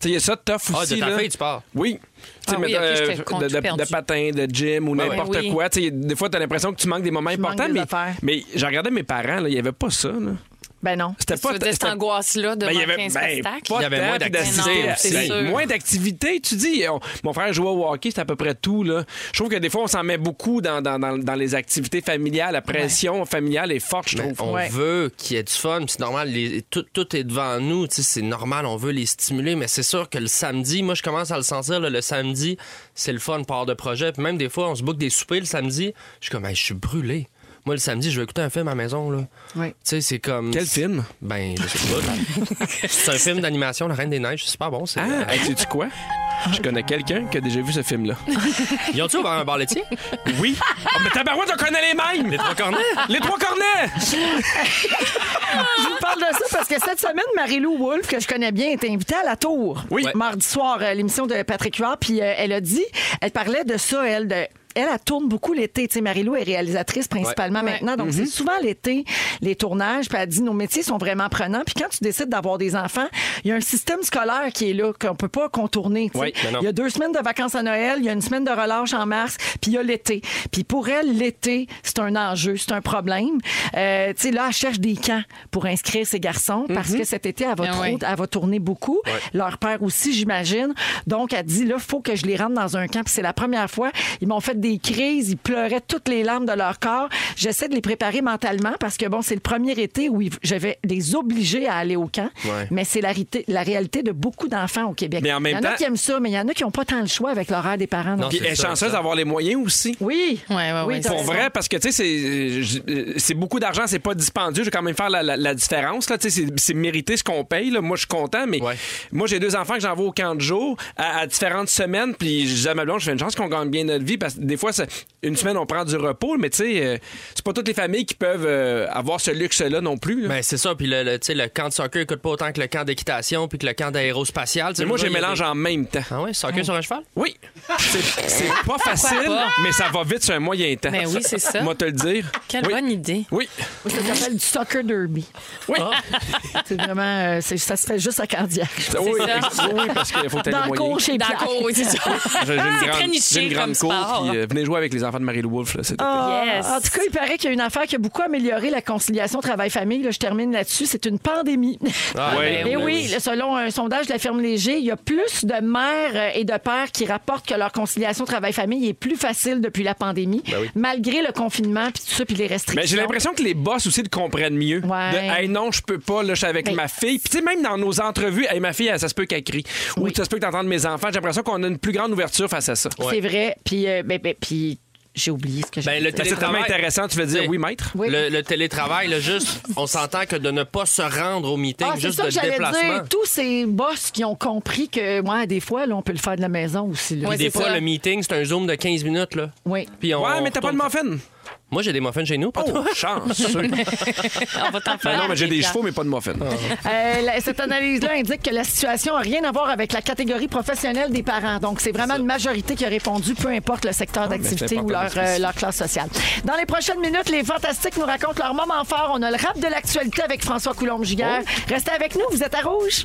D: sais, il y a ça de tough
G: Ah,
D: aussi.
G: de ta
D: là.
G: fille, tu pars.
D: Oui. Tu sais,
F: Ah oui,
D: mettons,
F: ok, j'étais
D: de-
F: con-
D: euh, de, de-
F: perdue.
D: de patin, de gym ou
G: ouais.
D: n'importe
F: Oui.
D: quoi. Tu sais, des fois, t'as l'impression que tu manques des moments importants.
E: manques des
D: Mais,
E: affaires.
D: mais je regardais mes parents, là, il n'y avait pas ça. là.
E: Ben non.
G: Ah!
D: C'était
F: Tu
D: pas
F: veux dire cette
D: c'était-
F: angoisse-là de
D: Ben, il y
F: manquer
D: avait,
F: un
D: ben,
F: spectacle?
D: pas
G: Il y avait
D: de temps,
G: moins
D: puis
G: d'activités
D: d'assister.
G: aussi. C'est
D: Ben,
G: sûr.
D: Moins d'activités, tu dis. On- mon frère jouait au hockey, c'est à peu près tout. Là. Je trouve que des fois, on s'en met beaucoup dans, dans, dans, dans les activités familiales. La pression familiale est forte, je
G: Mais
D: trouve.
G: on
E: Ouais.
G: veut qu'il y ait du fun. puis C'est normal. les- tout, tout est devant nous. tu sais, C'est normal. On veut les stimuler. Mais c'est sûr que le samedi, moi, je commence à le sentir. là, le samedi, c'est le fun, part de projet. Puis même des fois, on se book des soupers le samedi. Je suis comme, Hey, je suis brûlé. Moi, le samedi, je vais écouter un film à la maison. Là.
E: Ouais.
G: Tu sais, c'est comme.
D: Quel film?
G: Ben, je sais pas. c'est un film d'animation, La Reine des Neiges. C'est super bon. c'est- euh,
D: Ah, hey, sais-tu quoi? Je connais quelqu'un qui a déjà vu ce film-là.
G: Ils ont-tu ouvert un bar laitier?
D: Oui. Ah, mais tabarouette, on connaît les mêmes. Les trois cornets. Les trois cornets.
E: Je vous parle de ça parce que cette semaine, Marie-Lou Wolfe, que je connais bien, est invitée à la tour.
D: Oui.
E: Mardi soir, euh, l'émission de Patrick Huard. Puis euh, elle a dit, elle parlait de ça, elle, de. Elle, elle tourne beaucoup l'été. Tu sais, Marie-Lou est réalisatrice principalement maintenant. Donc,
G: Mm-hmm.
E: c'est souvent l'été, les tournages. Puis elle dit, nos métiers sont vraiment prenants. Puis quand tu décides d'avoir des enfants, il y a un système scolaire qui est là, qu'on peut pas contourner. tu sais.
G: Oui, ben non.
E: Il y a deux semaines de vacances à Noël, il y a une semaine de relâche en mars, puis il y a l'été. Puis pour elle, l'été, c'est un enjeu, c'est un problème. Euh, tu sais, là, elle cherche des camps pour inscrire ses garçons parce
D: Mhm.
E: que cet été, elle va,
F: Ah
E: trop-
F: oui.
E: elle va tourner beaucoup. Leur père aussi, j'imagine. Donc, elle dit, là, faut que je les rentre dans un camp. Puis c'est la première fois. Ils m'ont fait des crises, ils pleuraient toutes les larmes de leur corps. J'essaie de les préparer mentalement parce que, bon, c'est le premier été où ils- je vais les obliger à aller au camp.
G: Ouais.
E: Mais c'est la, réalité- la réalité de beaucoup d'enfants au Québec.
D: Mais en même
E: il y en a
D: temps-
E: qui aiment ça, mais il y en a qui n'ont pas tant le choix avec l'horaire des parents.
G: Non,
E: donc-
D: Puis elle est
G: C'est ça,
D: chanceuse
G: ça.
D: d'avoir les moyens aussi.
E: Oui.
F: Ouais, ouais, ouais,
E: t'as
F: c'est
D: Pour
E: raison.
D: vrai, parce que tu sais, c'est- je- euh, c'est beaucoup d'argent, c'est pas dispendieux. Je vais quand même faire la, la- la différence. Là, tu sais, c'est c'est mérité ce qu'on paye. là. Moi, je suis content, mais
G: Ouais.
D: moi, j'ai deux enfants que j'envoie au camp de jour à, à différentes semaines. Puis je dis à ma blonde, je fais une chance qu'on gagne bien notre vie parce que des fois, c'est- une semaine, on prend du repos, mais tu sais, euh, c'est pas toutes les familles qui peuvent euh, avoir ce luxe-là non plus. là.
G: Ben, c'est ça. Puis le, le, tu sais, le camp de soccer coûte pas autant que le camp d'équitation puis que le camp d'aérospatial. Tu sais,
D: mais moi,
G: Ben, je
D: j'ai
G: vois, il y a
D: mélange
G: des-
D: en même temps.
G: Ah ouais, soccer sur un cheval?
D: Oui, c'est c'est pas facile,
F: pas?
D: mais ça va vite sur un moyen temps.
F: Ben oui, c'est ça. Ah,
D: Moi, te le dire.
F: Quelle
D: Oui.
F: bonne idée.
D: Oui.
E: Ça s'appelle du soccer derby.
D: Oui.
G: Ah.
E: C'est vraiment. euh, c'est- ça se fait juste à Candiac.
D: oui,
F: ça.
D: ex- oui, parce qu'il faut que t'aies
E: Dans
D: les
E: le
D: moyens.
E: cours chez
F: Dans la
E: Pierre.
F: cour, oui, c'est ça.
D: J'ai une
F: C'est
D: grande,
F: très niché
D: j'ai une grande
F: comme
D: cour,
F: sport.
D: puis, euh, venez jouer avec les enfants de Marie Lou Wolfe. là, cet été.
E: Ah,
F: Yes.
E: En tout cas, il paraît qu'il y a une affaire qui a beaucoup amélioré la conciliation travail-famille. Là, je termine là-dessus. C'est une pandémie.
G: Ah,
D: Ouais.
E: Mais
D: Ben
E: oui, là, selon un sondage de la firme Léger, il y a plus de mères euh, et de pères qui rapportent que leur conciliation travail-famille est plus facile depuis la pandémie, malgré le confinement, puis tout ça, puis les restrictions.
D: Ben Mais j'ai l'impression que les boss aussi le comprennent mieux.
E: Ouais.
D: De, hey, non, je peux pas, là, je suis avec
E: Ben-
D: ma fille. Puis, tu sais, même dans nos entrevues, hey, ma fille, elle, ça se peut qu'elle crie. Ou ça se peut que t'entendes mes enfants. J'ai l'impression qu'on a une plus grande ouverture face à ça.
E: C'est vrai. Puis, euh, ben, ben, puis j'ai oublié ce que j'ai
G: Ben, le
E: dit.
D: Ben, C'est tellement
G: télétravail.
D: intéressant, tu veux dire
G: C'est-
D: oui, maître?
E: Oui.
G: Le, le télétravail, là, juste, on s'entend que de ne pas se rendre au meeting,
E: Ah, c'est
G: juste
E: ça
G: de
E: que j'allais
G: déplacement.
E: dire. Tous ces boss qui ont compris que, ouais, des fois, là, on peut le faire de la maison aussi. là.
F: Ouais,
G: Des
F: c'est
G: fois,
F: ça.
G: le meeting, c'est un zoom de 15 minutes, là.
E: Oui.
G: Puis on
D: Ouais, mais t'as pas de
G: retourne-
D: muffin.
G: Moi, j'ai des muffins chez nous, pas toi.
D: Oh, chance.
F: On va t'en faire.
D: euh, Ben non, mais j'ai des
F: plans.
D: chevaux, mais pas de muffin.
F: Ah.
E: Euh, la- cette analyse-là indique que la situation n'a rien à voir avec la catégorie professionnelle des parents. Donc, c'est vraiment une majorité qui a répondu, peu importe le
G: Ah,
E: secteur d'activité
D: c'est
E: ou leur,
D: important,
E: euh, leur classe sociale. Dans les prochaines minutes, les Fantastiques nous racontent leur moment fort. On a le rap de l'actualité avec François Coulombe-Giguère.
G: Oh.
E: Restez avec nous, vous êtes à rouge.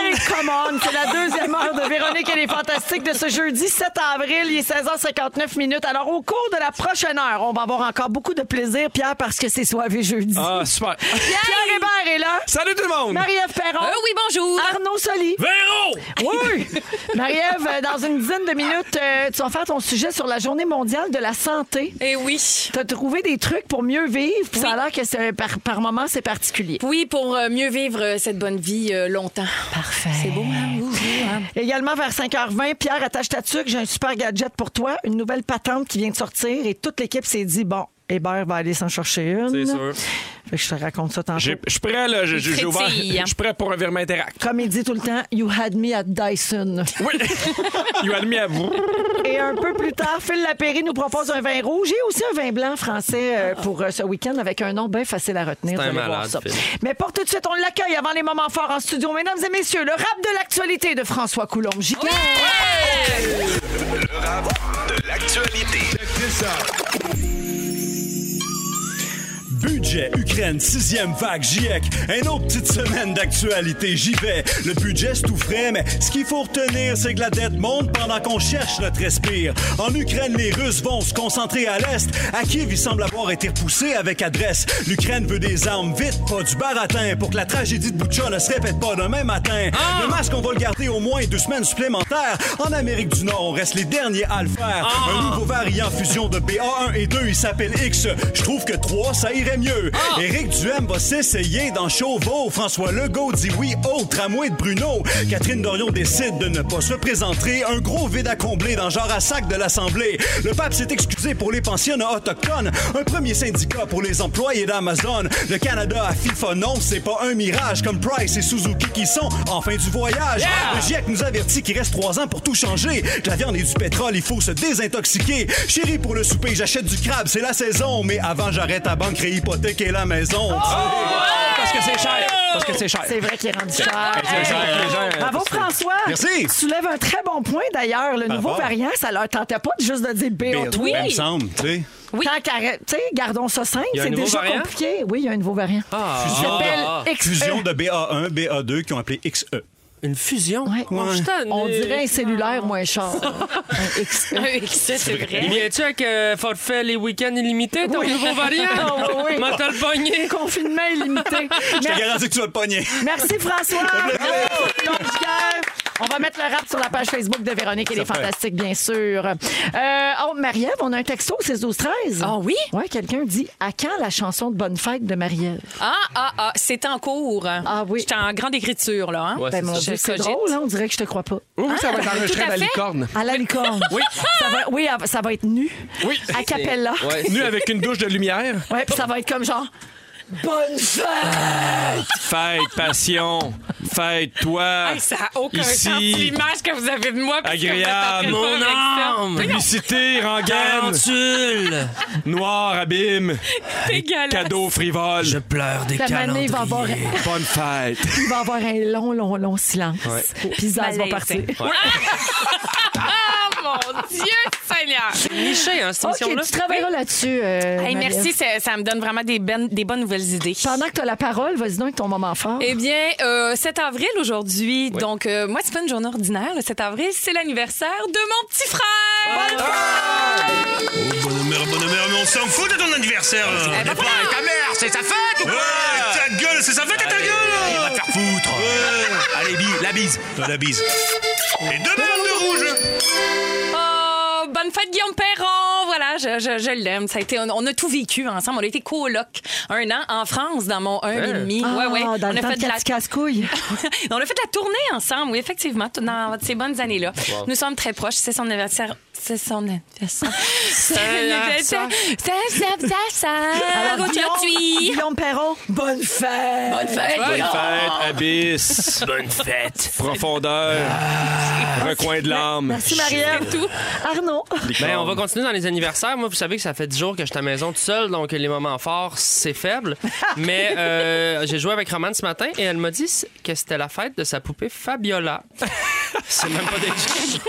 E: Hey, come on! C'est la deuxième heure de Véronique et les Fantastiques de ce jeudi 7 avril. Il est 16h59 minutes. Alors, au cours de la prochaine heure, on va avoir encore beaucoup de plaisir, Pierre, parce que c'est soivé jeudi.
D: Ah, super.
E: Pierre Hébert est là.
D: Salut tout le monde! Ben
E: Marie-Ève Perron.
F: Euh, oui, bonjour.
E: Arnaud Soli.
D: Véro!
E: Oui! Marie-Ève, euh, dans une dizaine de minutes, euh, tu vas faire ton sujet sur la Journée mondiale de la santé.
F: Eh oui.
E: Tu as trouvé des trucs pour mieux vivre, puis ça a l'air que c'est- par, par moment, c'est particulier.
F: Oui, pour euh, mieux vivre euh, cette bonne vie euh, longtemps. Parfait. C'est beau, hein? Ouh, ouh, hein?
E: Également vers 5h20, Pierre, attache ta tuque, j'ai un super gadget pour toi, une nouvelle patente qui vient de sortir et toute l'équipe s'est dit bon, Hébert va aller s'en chercher une.
D: C'est sûr.
E: Fait que je te raconte ça tantôt.
D: J'ai- Je suis prêt, là. j'ai- J'ai ouvert.
F: Frétille.
D: Je suis prêt pour un virement interact.
E: Comme il dit tout le temps, you had me at Dyson.
D: Oui! You had me à vous.
E: Et un peu plus tard, Phil Lapéry nous propose un vin rouge et aussi un vin blanc français euh, pour euh, ce week-end avec un nom bien facile à retenir.
G: C'est
E: Vous
G: un
E: allez voir
G: malade,
E: ça.
G: Phil.
E: Mais pour tout de suite, on l'accueille avant les moments forts en studio. Mesdames et messieurs, le rap de l'actualité de François Coulombe. J'y
I: Le rap de l'actualité.
J: Budget Ukraine, sixième vague GIEC. Un autre petite semaine d'actualité, j'y vais. Le budget c'est tout frais, mais ce qu'il faut retenir, c'est que la dette monte pendant qu'on cherche notre respire. En Ukraine, les Russes vont se concentrer à l'est. À Kiev, il semble avoir été repoussé avec adresse. L'Ukraine veut des armes vite, pas du baratin, pour que la tragédie de Butcha ne se répète pas demain matin. Le masque, on va le garder au moins deux semaines supplémentaires. En Amérique du Nord, on reste les derniers à le faire. Un nouveau variant fusion de BA1 et 2, il s'appelle X. Je trouve que 3, ça irait mieux. Éric Duhem va s'essayer dans Chauveau. François Legault dit oui au tramway de Bruno. Catherine Dorion décide de ne pas se présenter. Un gros vide à combler dans genre à sac de l'Assemblée. Le pape s'est excusé pour les pensionnats autochtones. Un premier syndicat pour les employés d'Amazon. Le Canada à FIFA, non, c'est pas un mirage comme Price et Suzuki qui sont en fin du voyage. Le GIEC nous avertit qu'il reste trois ans pour tout changer. Que la viande et du pétrole, il faut se désintoxiquer. Chérie, pour le souper, j'achète du crabe, c'est la saison. Mais avant, j'arrête à banque, hypothèque et la maison.
F: Ah,
D: Parce que c'est cher. Parce que c'est cher.
E: C'est vrai qu'il est rendu cher.
D: c'est cher, les gens, euh,
E: Bravo
D: parce que-
E: François.
J: Merci.
E: Tu soulèves un très bon point d'ailleurs.
G: Bah
E: Le nouveau
J: rapport.
E: variant, ça leur tentait pas de juste de dire BA3.
F: ben Oui.
J: Il me semble, tu sais.
E: Tant qu'à re- tu sais, gardons ça simple,
G: Il y a un
E: c'est
G: nouveau
E: déjà
G: variant?
E: compliqué. Oui, il y a un nouveau variant.
G: Ah,
E: Il s'appelle
G: ah,
E: XE.
J: Fusion de BA1, BA2 qui ont appelé E. XE.
G: Une fusion?
E: Ouais.
F: Bon, je t'en-
E: On dirait un cellulaire moins cher. Un E. XE.
F: Un excès, c'est
G: Il
F: vrai.
G: vient-tu avec euh, forfait les week-ends illimités, ton nouveau variant?
E: Ah, oui, oui.
G: Mental pogné.
E: Confinement illimité.
K: Je te
E: Merci,
K: garantis que tu vas le pogner.
E: merci, François. Merci, Pierre. On va mettre le rap sur la page Facebook de Véronique et les Fantastiques, bien sûr. Euh, oh, Marie-Ève, on a un texto, c'est 12-13.
F: Ah oui?
E: Ouais, quelqu'un dit À quand la chanson de Bonne Fête de Marie-Ève?
F: Ah, ah, ah, c'est en cours.
E: Ah oui.
F: J'étais en grande écriture, là. Hein?
G: Ouais,
E: Ben, mon
F: ça.
E: Dieu,
F: Je
E: c'est
F: cogite.
E: drôle, hein? on dirait que je te crois pas. Ah!
D: Oui, oui, ça va être enregistré
F: tout à
D: à la
F: fait.
D: licorne.
E: À la licorne. Oui. Ça va, oui, à- ça va être nu.
D: Oui.
E: À capella. Ouais.
D: Nu avec une douche de lumière.
E: puis ça va être comme genre. Bonne fête!
D: Ah, Fête, passion. Fête-toi.
F: Hey, ça n'a aucun
D: Ici.
F: sens. L'image que vous avez de moi. puis ce que vous êtes en train
D: Agréable.
F: de
G: Mon
F: faire avec ça.
G: âme.
D: Publicité, rengaine,
G: Calentule.
D: noir, abîme,
F: Dégueulasse.
D: cadeau frivole.
G: Je pleure des
E: La manée
G: calendriers.
E: va avoir, il
D: Bonne fête.
E: va avoir un long, long, long silence. Puis ça va
F: Malaisé.
E: partir.
F: Ah, mon Dieu Seigneur!
G: Niché, hein, cette
E: OK,
G: émission-là.
E: tu travailleras là-dessus. euh,
F: Hey,
E: Marie-Ève.
F: merci, ça, ça me donne vraiment des, ben- des bonnes nouvelles idées.
E: Pendant que tu as la parole, vas-y donc avec ton moment fort.
F: Eh bien, euh, 7 avril aujourd'hui, donc euh, moi, c'est pas une journée ordinaire, le 7 avril, c'est l'anniversaire de mon petit frère!
K: Bonheur, bonheur, mais on s'en fout de ton anniversaire. là.
F: Eh, papa!
K: Ouais, ta gueule, c'est sa fête à ta gueule. Il va te faire foutre. Allez, la bise. La bise. Et deux bandes de rouge.
F: Oh, bonne fête, Guillaume Perron! Voilà, je, je- je l'aime. Ça a été, on, on a tout vécu ensemble. On a été coloc un an en France dans mon 1 et demi.
E: Ah,
F: Ouais, ouais.
E: Dans
F: on,
E: le
F: a
E: temps
F: fait
E: de
F: de la,
E: casse-couilles.
F: on a fait de la tournée ensemble, oui, effectivement, tout- dans ces bonnes années-là. Nous sommes très proches. C'est son anniversaire. C'est son anniversaire. C'est son anniversaire. C'est son anniversaire.
E: Guillaume,
F: Aujourd'hui.
E: Guillaume Perron, bonne fête! Bonne fête!
D: Bonne fête, abysse. Bonne fête. Profondeur. Recoin de l'âme.
E: Merci, Marie-Ève.
F: Tout.
E: Arnaud,
G: Ben, on va continuer dans les anniversaires. Moi, vous savez que ça fait 10 jours que je suis à la maison tout seul, donc les moments forts, c'est faible. Mais euh, j'ai joué avec Romane ce matin et elle m'a dit que c'était la fête de sa poupée Fabiola. C'est même pas des jokes.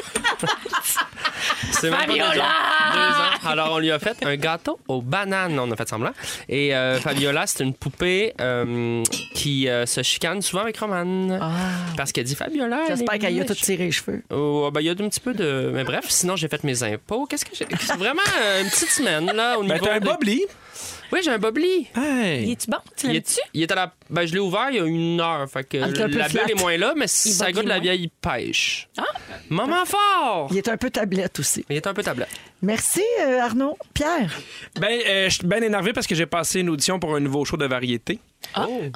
G: C'est même pas des jokes. Deux ans. Alors, on lui a fait un gâteau aux bananes, on a fait semblant. Et euh, Fabiola, c'est une poupée euh, qui euh, se chicane souvent avec Romane. Parce qu'elle dit Fabiola. elle est
E: Ah. j'espère qu'elle y a tout
G: moche.
E: tiré les cheveux.
G: Oh, ben, il y a un petit peu de. Mais bref, sinon, j'ai fait mes impôts. Qu'est-ce que j'ai. C'est vraiment euh, une petite semaine, là, au
D: Ben,
G: niveau.
D: t'as un Ah,
G: de-
D: bobli.
G: Oui, j'ai un bobli.
D: Hey.
F: Es-tu bon? Tu
G: Il
F: l'aimes-tu?
G: est, il est à la. Ben, je l'ai ouvert il y a une heure. Fait que
E: Ah, t'es un peu
G: la
E: flat.
G: bulle est moins là, mais ça
F: bobli
G: goûte de la
F: moins.
G: vieille pêche.
E: Ah!
G: Maman fort!
E: Il est un peu tablette aussi.
G: Il est un peu tablette.
E: Merci, euh, Arnaud. Pierre,
D: Ben, euh, je suis bien énervé parce que j'ai passé une audition pour un nouveau show de variété.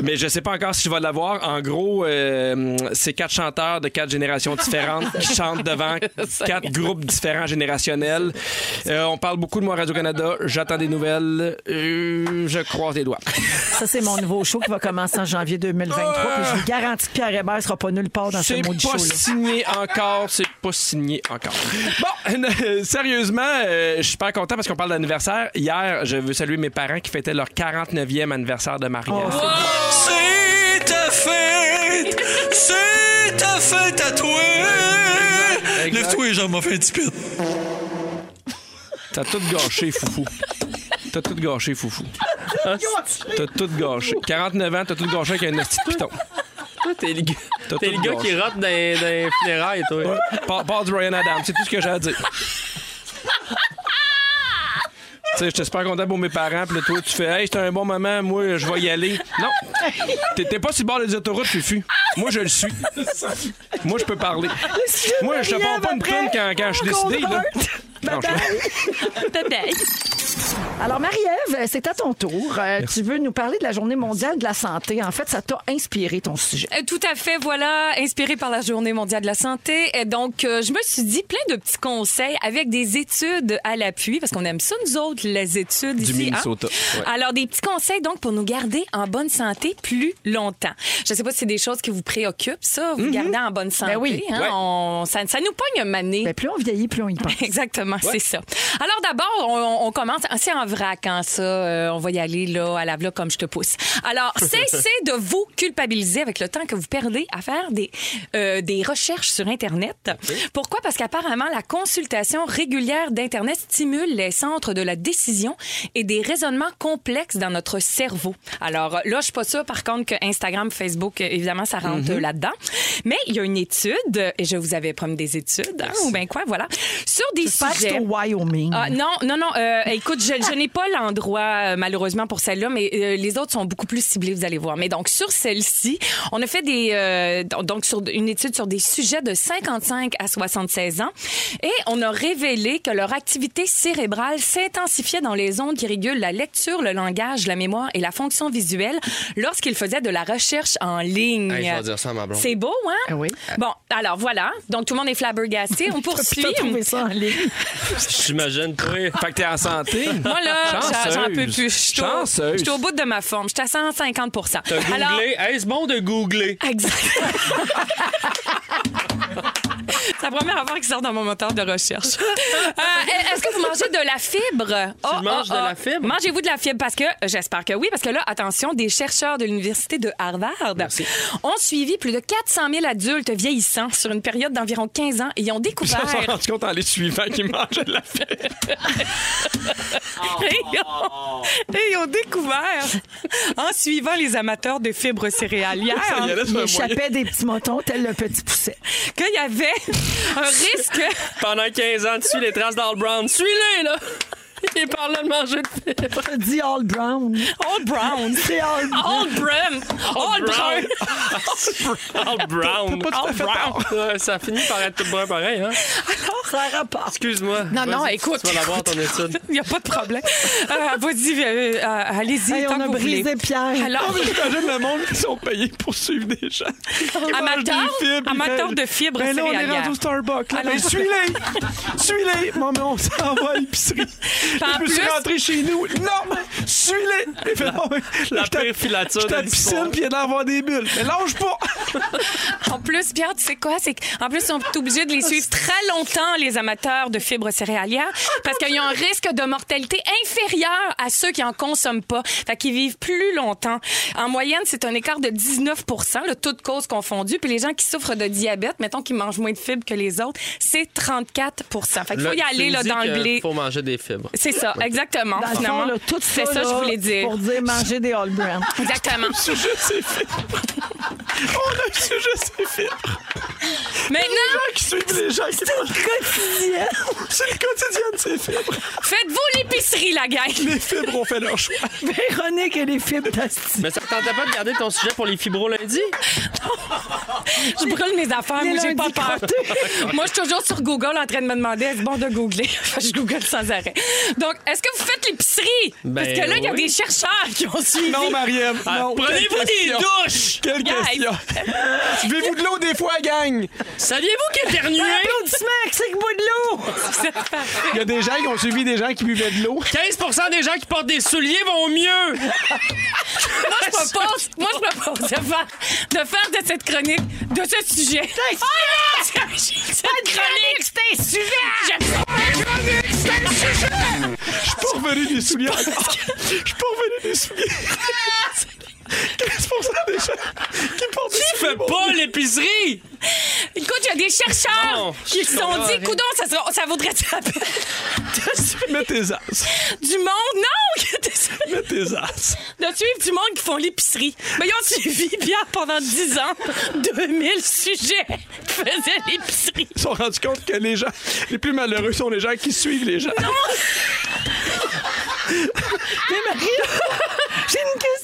D: Mais je sais pas encore si je vais l'avoir. En gros, euh, c'est quatre chanteurs de quatre générations différentes qui chantent devant quatre groupes différents générationnels. Euh, on parle beaucoup de moi à Radio-Canada. J'attends des nouvelles. Euh, je croise les doigts.
E: ça, c'est mon nouveau show qui va commencer en janvier 2023. puis je vous garantis que Pierre Hébert ne sera pas nulle part dans ce
D: C'est
E: mot
D: pas
E: du show-là.
D: signé encore, c'est pas signé encore. Bon, euh, sérieusement, euh, je suis pas content parce qu'on parle d'anniversaire. Hier, je veux saluer mes parents qui fêtaient leur 49e anniversaire de mariage.
K: C'est ta fête. C'est ta fête à toi. Lève-toi et j'en m'en fais un petit peu.
D: T'as tout gâché, Foufou. T'as tout gâché, Foufou. T'as tout gâché. 49 ans, t'as tout gâché avec un esti de piton.
G: Toi, Ah, t'es le gars,
D: T'as
G: t'es
D: tout
G: le gars qui
D: gâché.
G: rote dans, dans les funérailles, toi.
D: Part, part du Ryan Adams, c'est tout ce que j'ai à dire. Tu sais, j'étais super content pour mes parents, puis là, toi, tu fais, hey, c'était un bon moment, moi, je vais y aller. Non. T'étais pas sur le bord des autoroutes, Fufu. Moi, je le suis. Moi, je peux parler. Moi, je te parle pas une tonne quand, quand je suis décidé, là. Franchement.
F: Bye-bye.
E: Alors, Marie-Ève, c'est à ton tour. Euh, tu veux nous parler de la Journée mondiale de la santé. En fait, ça t'a inspiré ton sujet.
F: Euh, Tout à fait, voilà, inspiré par la Journée mondiale de la santé. Et donc, euh, je me suis dit plein de petits conseils avec des études à l'appui, parce qu'on aime ça, nous autres, les études
D: Du
F: ici. hein.
D: Minnesota, ouais.
F: Alors, des petits conseils, donc, pour nous garder en bonne santé plus longtemps. Je ne sais pas si c'est des choses qui vous préoccupent, ça, vous garder en bonne santé.
E: oui.
F: hein.
D: Mhm. Ben Ouais.
F: On- ça, ça nous pogne mané.
E: Ben, plus on vieillit, plus on y pense.
F: Exactement, c'est ça. Alors d'abord, on, on commence. C'est en vrac, hein, ça. Euh, on va y aller là, à la vlog comme je te pousse. Alors, cessez de vous culpabiliser avec le temps que vous perdez à faire des, euh, des recherches sur Internet. Pourquoi? Parce qu'apparemment, la consultation régulière d'Internet stimule les centres de la décision et des raisonnements complexes dans notre cerveau. Alors euh, là, je suis pas sûre, par contre, que Instagram, Facebook, euh, évidemment, ça rentre euh, là-dedans. Mais il y a une étude, euh, et je vous avais promis des études, hein, ou bien quoi, voilà, sur des
E: J'espère que c'est
F: sujets...
E: au Wyoming.
F: Ah, non, non, non. euh, écoute, je, je n'ai pas l'endroit, euh, malheureusement, pour celle-là, mais euh, les autres sont beaucoup plus ciblés, vous allez voir. Mais donc, sur celle-ci, on a fait des, euh, don- donc sur une étude sur des sujets de 55 à 76 ans et on a révélé que leur activité cérébrale s'intensifiait dans les ondes qui régulent la lecture, le langage, la mémoire et la fonction visuelle lorsqu'ils faisaient de la recherche en ligne.
G: Hey, je vais dire ça à ma blonde.
F: C'est beau, hein?
E: Ah oui.
F: Bon, alors voilà. Donc, tout le monde est flabbergasté. On poursuit.
E: T'as trouvé ça en ligne.
G: J'imagine, toi.
I: Fait que t'es en santé.
F: Moi, là, j'a-
I: Chanceuse.
F: j'en peux plus. Je suis au-
I: Chanceuse.
F: je suis au bout de ma forme. Je suis à 150
G: T'as googlé.
F: Alors,
G: Hey, c'est bon de googler.
F: exact. C'est la première affaire qui sort dans mon moteur de recherche. Euh, Est-ce que vous mangez de la fibre? Oh,
G: manges de la fibre?
F: Mangez-vous de la fibre? Parce que, euh, j'espère que oui, parce que là, attention, des chercheurs de l'Université de Harvard ont suivi plus de 400 000 adultes vieillissants sur une période d'environ 15 ans et ils ont
I: Je me suis
F: découvert...
I: rendu compte en les suivant qu'ils mangeaient de la fibre.
F: Et ils, ont, et ils ont découvert, en suivant les amateurs de fibres
I: Il y en
F: céréalières,
I: a sur
E: Il
I: un moyen.
E: échappait des petits motons tel le petit pousset.
F: qu'il y avait un risque.
G: Pendant 15 ans, tu suis les traces d'Al Brown. Suis-les, là! Il parle là de manger de fibre.
E: Dit All Brown.
F: Old Brown.
E: C'est All Brown.
F: Old Brown. Old Brown.
G: Al Brown. Al Brown. Ouais, Ça finit par être tout brun pareil, hein?
F: Ah,
E: Ça rapporte.
G: Excuse-moi.
F: Non, non,
G: Vas-y,
F: écoute.
G: Tu vas l'avoir, ton étude.
F: Il n'y a pas de problème. Euh, Vas-y, euh, euh, allez-y.
E: Hey,
F: tant
E: on a
F: que vous
E: brisé
F: voulez.
E: Pierre.
F: Alors,
I: J'imagine le monde qui sont payés pour suivre des gens.
F: amateur, amateur de fibres
I: Mais là, on est
F: céréalières.
I: rendu au Starbucks. là.
F: Alors-
I: Mais suis-les! suis-les! Maman, on s'en va à l'épicerie.
F: Puis en
I: Je me suis
F: plus-
I: rentré chez nous. Non, mais suis-les! Il fait, non, mais là,
G: La
I: j'étais-
G: pire filature
I: J'étais à
G: de
I: la
G: l'histoire.
I: piscine, puis il y a de l'avoir des bulles. Mais lâche pas!
F: En plus, Pierre, tu sais quoi? C'est qu'en plus, on est obligé de les
E: Oh,
F: suivre très longtemps, les amateurs de fibres céréalières, parce qu'il y a un risque de mortalité inférieur à ceux qui en consomment pas. Fait qu'ils vivent plus longtemps. En moyenne, c'est un écart de 19 le toute cause confondue. Puis les gens qui souffrent de diabète, mettons qu'ils mangent moins de fibres que les autres, c'est 34 Fait qu'il faut y
G: Là, tu
F: aller
G: me
F: là,
G: dis
F: dans le
G: que
F: blé.
G: Faut manger des fibres.
F: C'est ça, exactement.
E: Dans le
F: finalement.
E: fond, là, tout
F: c'est ça,
E: là,
F: je voulais dire.
E: Pour dire manger des All Brown.
F: Exactement.
I: On a un Oh, sujet, c'est fait.
F: Maintenant,
I: Qui suivent les gens qui mangent. C'est le quotidien de ces fibres.
F: faites-vous l'épicerie, la gang.
I: Les fibres ont fait leur choix.
E: Véronique et les fibres d'Asti.
G: Mais ça te tentait pas de garder ton sujet pour les fibros lundi?
F: Je brûle mes affaires,
E: Les
F: moi, j'ai pas
E: lundis
F: peur. moi, je suis toujours sur Google en train de me demander est-ce bon de googler. je google sans arrêt. Donc, est-ce que vous faites l'épicerie? Parce
G: Ben
F: que là, il y a
G: oui.
F: des chercheurs qui ont suivi.
I: Non, Marie-Ève, non.
G: Ah, Prenez-vous
I: Quelle
G: des
I: question.
G: douches!
I: Quelle
F: Guys.
I: question! Buvez-vous de l'eau des fois, gang!
G: Saviez-vous qu'éternuer,
F: Ben,
E: Applaudissements, que c'est que bout de l'eau?
I: Il y a des gens qui ont suivi des gens qui buvaient de l'eau.
G: 15 des gens qui portent des souliers vont mieux?
F: moi, je propose, moi, je propose de faire, de faire de cette chronique, de ce sujet. Oh non! C'est une chronique, c'est un sujet! J'aime ça.
I: Je suis pas revenu des souliers. encore. Je suis pas revenu des souliers. 15 des gens qui portent des
G: Fais
I: souliers.
G: pas l'épicerie!
F: Écoute, il y a des chercheurs
G: Bon,
F: qui
G: je
F: se sont
G: comprends
F: dit,
G: rien.
F: coudon, ça, sera- ça vaudrait la peine
I: Mets tes as.
F: du monde. Non!
I: Mets tes as.
F: de suivre du monde qui font l'épicerie. Mais ils ont suivi Pierre pendant 10 ans, 2000 sujets qui faisaient l'épicerie.
I: Ils se sont rendus compte que les gens les plus malheureux sont les gens qui suivent les gens.
E: Mais Marie, j'ai une question.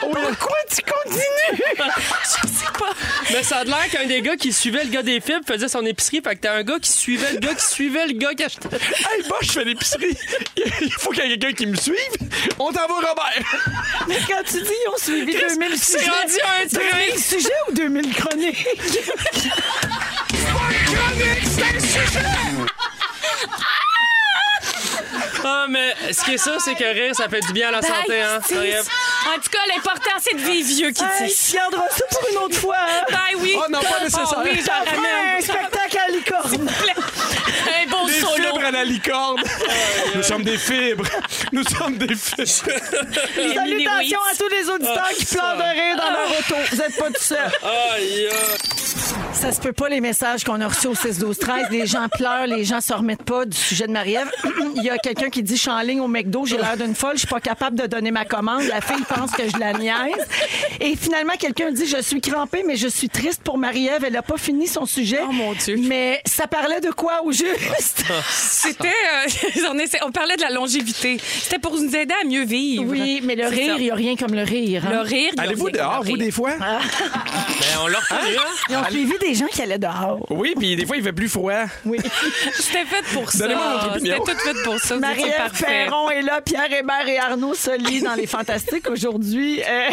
E: Pourquoi tu continues?
F: Je sais pas.
G: Mais ça a l'air qu'un des gars qui suivait le gars des fibres faisait son épicerie, fait que t'as un gars qui suivait le gars qui suivait le gars qui achetait.
I: Hey, bah, je fais l'épicerie. Il faut qu'il y ait quelqu'un qui me suive. On t'en va, Robert.
E: Mais quand tu dis ils ont suivi 2000 sujets.
G: C'est rendu un
E: 2000
G: truc!
E: sujets ou 2000 chroniques?
G: Ah, mais ce qui est ça, c'est que rire, ça fait du bien à la santé, hein?
F: Bye, Tis. En tout cas, l'important, c'est de vivre vieux,
E: Hey,
F: Kitty.
E: tu garderas ça pour une autre fois. hein?
F: Bye, oui.
I: Oh non, pas nécessaire.
F: oui, j'en
E: On fera un
F: ramène.
E: spectacle à licorne.
F: Un bon
I: Les
F: solo.
I: fibres à la
D: la licorne. Nous sommes des fibres. Nous sommes des fibres.
F: Les mini-wheats.
E: Salutations à tous les auditeurs qui pleurent de rire dans leur auto. Vous n'êtes pas tout seul. Ça se peut pas, les messages qu'on a reçus au 6, 12, 13. Les gens pleurent, les gens se remettent pas du sujet de Marie-Ève. Il y a quelqu'un qui dit Je suis en ligne au McDo, j'ai l'air d'une folle, je suis pas capable de donner ma commande. La fille pense que je la niaise. Et finalement, quelqu'un dit Je suis crampée, mais je suis triste pour Marie-Ève. Elle a pas fini son sujet.
F: Oh, mon Dieu.
E: Mais ça parlait de quoi au juste
F: C'était. euh, on, essaie- on parlait de la longévité. C'était pour nous aider à mieux vivre.
E: Oui, mais le
F: C'est
E: rire,
F: ça.
E: il n'y a rien comme le rire. hein.
F: Le rire. il y a
D: Allez-vous
F: rien comme
D: dehors,
F: le
D: vous,
F: rire.
D: des fois?
G: Ben, on leur
E: Ils ont suivi des gens qui allaient dehors.
D: Oui, puis des fois, il fait plus froid.
F: C'était fait pour ça.
D: Donnez-moi votre opinion.
F: C'était tout fait pour ça. Vous étiez
E: Marie-Ève
F: parfaits.
E: Perron est là, Pierre Hébert et Arnaud Soli dans Les Fantastiques aujourd'hui. Euh,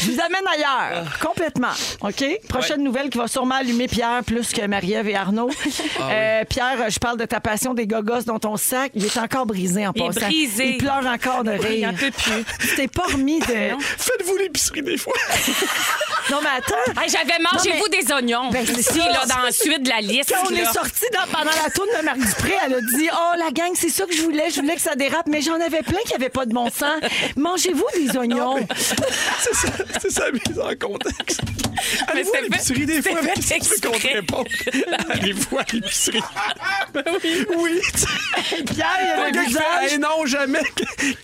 E: Je vous amène ailleurs, complètement. OK? Prochaine nouvelle qui va sûrement allumer Pierre plus que Marie-Ève et Arnaud.
F: Ah
E: Euh, Pierre, je parle de ta passion des gogos dans ton sac. Il est encore brisé en
F: Il est
E: passant.
F: brisé.
E: Il pleure encore de
F: Oui, il
E: rire.
F: en peut plus.
E: Tu t'es pas remis de.
D: Faites-vous l'épicerie des fois.
E: Non, mais attends.
F: Hey, J'avais mangez-vous des oignons.
E: Ben, c'est
F: ici,
E: ça.
F: là, dans la suite de la liste.
E: Quand on
F: là.
E: est sorti dans- pendant la tourne de Marc Dupré, elle a dit Oh, la gang, c'est ça que je voulais. Je voulais que ça dérape, mais j'en avais plein qui n'avaient pas de bon sens. Mangez-vous des oignons.
D: C'est ça, c'est ça, mise en contexte. Allez-vous à
F: c'était
D: l'épicerie
F: fait-
D: des fois?
F: c'était
D: Qu'est-ce
F: fait
D: que tu veux qu'on te
F: exprès.
D: réponde? Allez-vous à l'épicerie? Oui.
E: Pierre, il avait
D: Le gars
E: le
D: qui fait,
E: visage,
D: hey, non, jamais.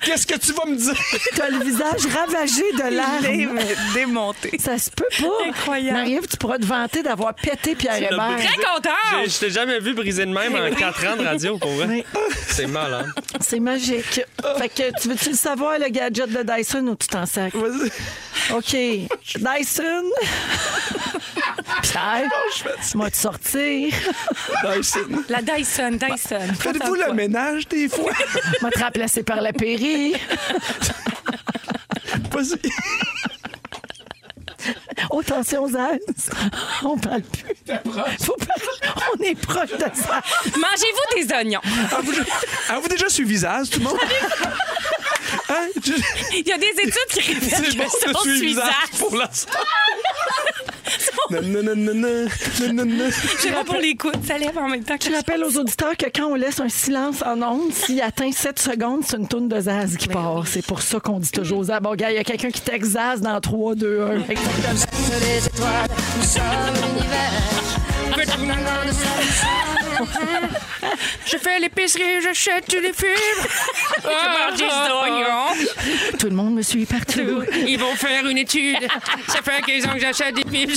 D: Qu'est-ce que tu vas me dire?
E: t'as le visage ravagé de larmes.
F: démonté.
E: Ça se peut pas.
F: Incroyable.
E: Marie-Ève, tu pourras te vanter d'avoir pété Pierre Hébert.
F: Très content.
G: Je t'ai jamais vu briser de même en 4 ans de radio, pour vrai. C'est mal, hein?
E: C'est magique. Fait que tu veux-tu le savoir, le gadget de Dyson ou tu t'en sacs?
D: Vas-y.
E: OK. Dyson. Pierre, moi te sortir.
D: Dyson.
F: La Dyson, Dyson.
D: Faites-vous le ménage des fois?
E: Moi te remplacer par la pairie.
D: Vas-y.
E: Oh, attention aux ânes. On parle plus. Faut pas- On est proche de ça.
F: Mangez-vous des oignons.
D: Avez-vous avez-vous déjà suivi Zaz, tout le monde? Hein? Je-
F: Il y a des études qui révèlent
D: C'est
F: que
D: bon,
F: ça
D: je suis Zaz pour l'instant. Non, non, non, non, non, non, non.
F: Je sais pas pour les coudes, ça lève en même temps que
E: Je rappelle aux auditeurs que quand on laisse un silence en ondes, s'il atteint 7 secondes, c'est une tourne de Zaz qui part. C'est pour ça qu'on dit toujours Zaz. Bon, gars, il y a quelqu'un qui texte Zaz dans 3, 2, 1. Exactement.
F: Je fais l'épicerie, j'achète les fibres. Je mange des oignons.
E: Tout le monde me suit partout.
F: Ils vont faire une étude. Ça fait 15 ans que j'achète des fibres.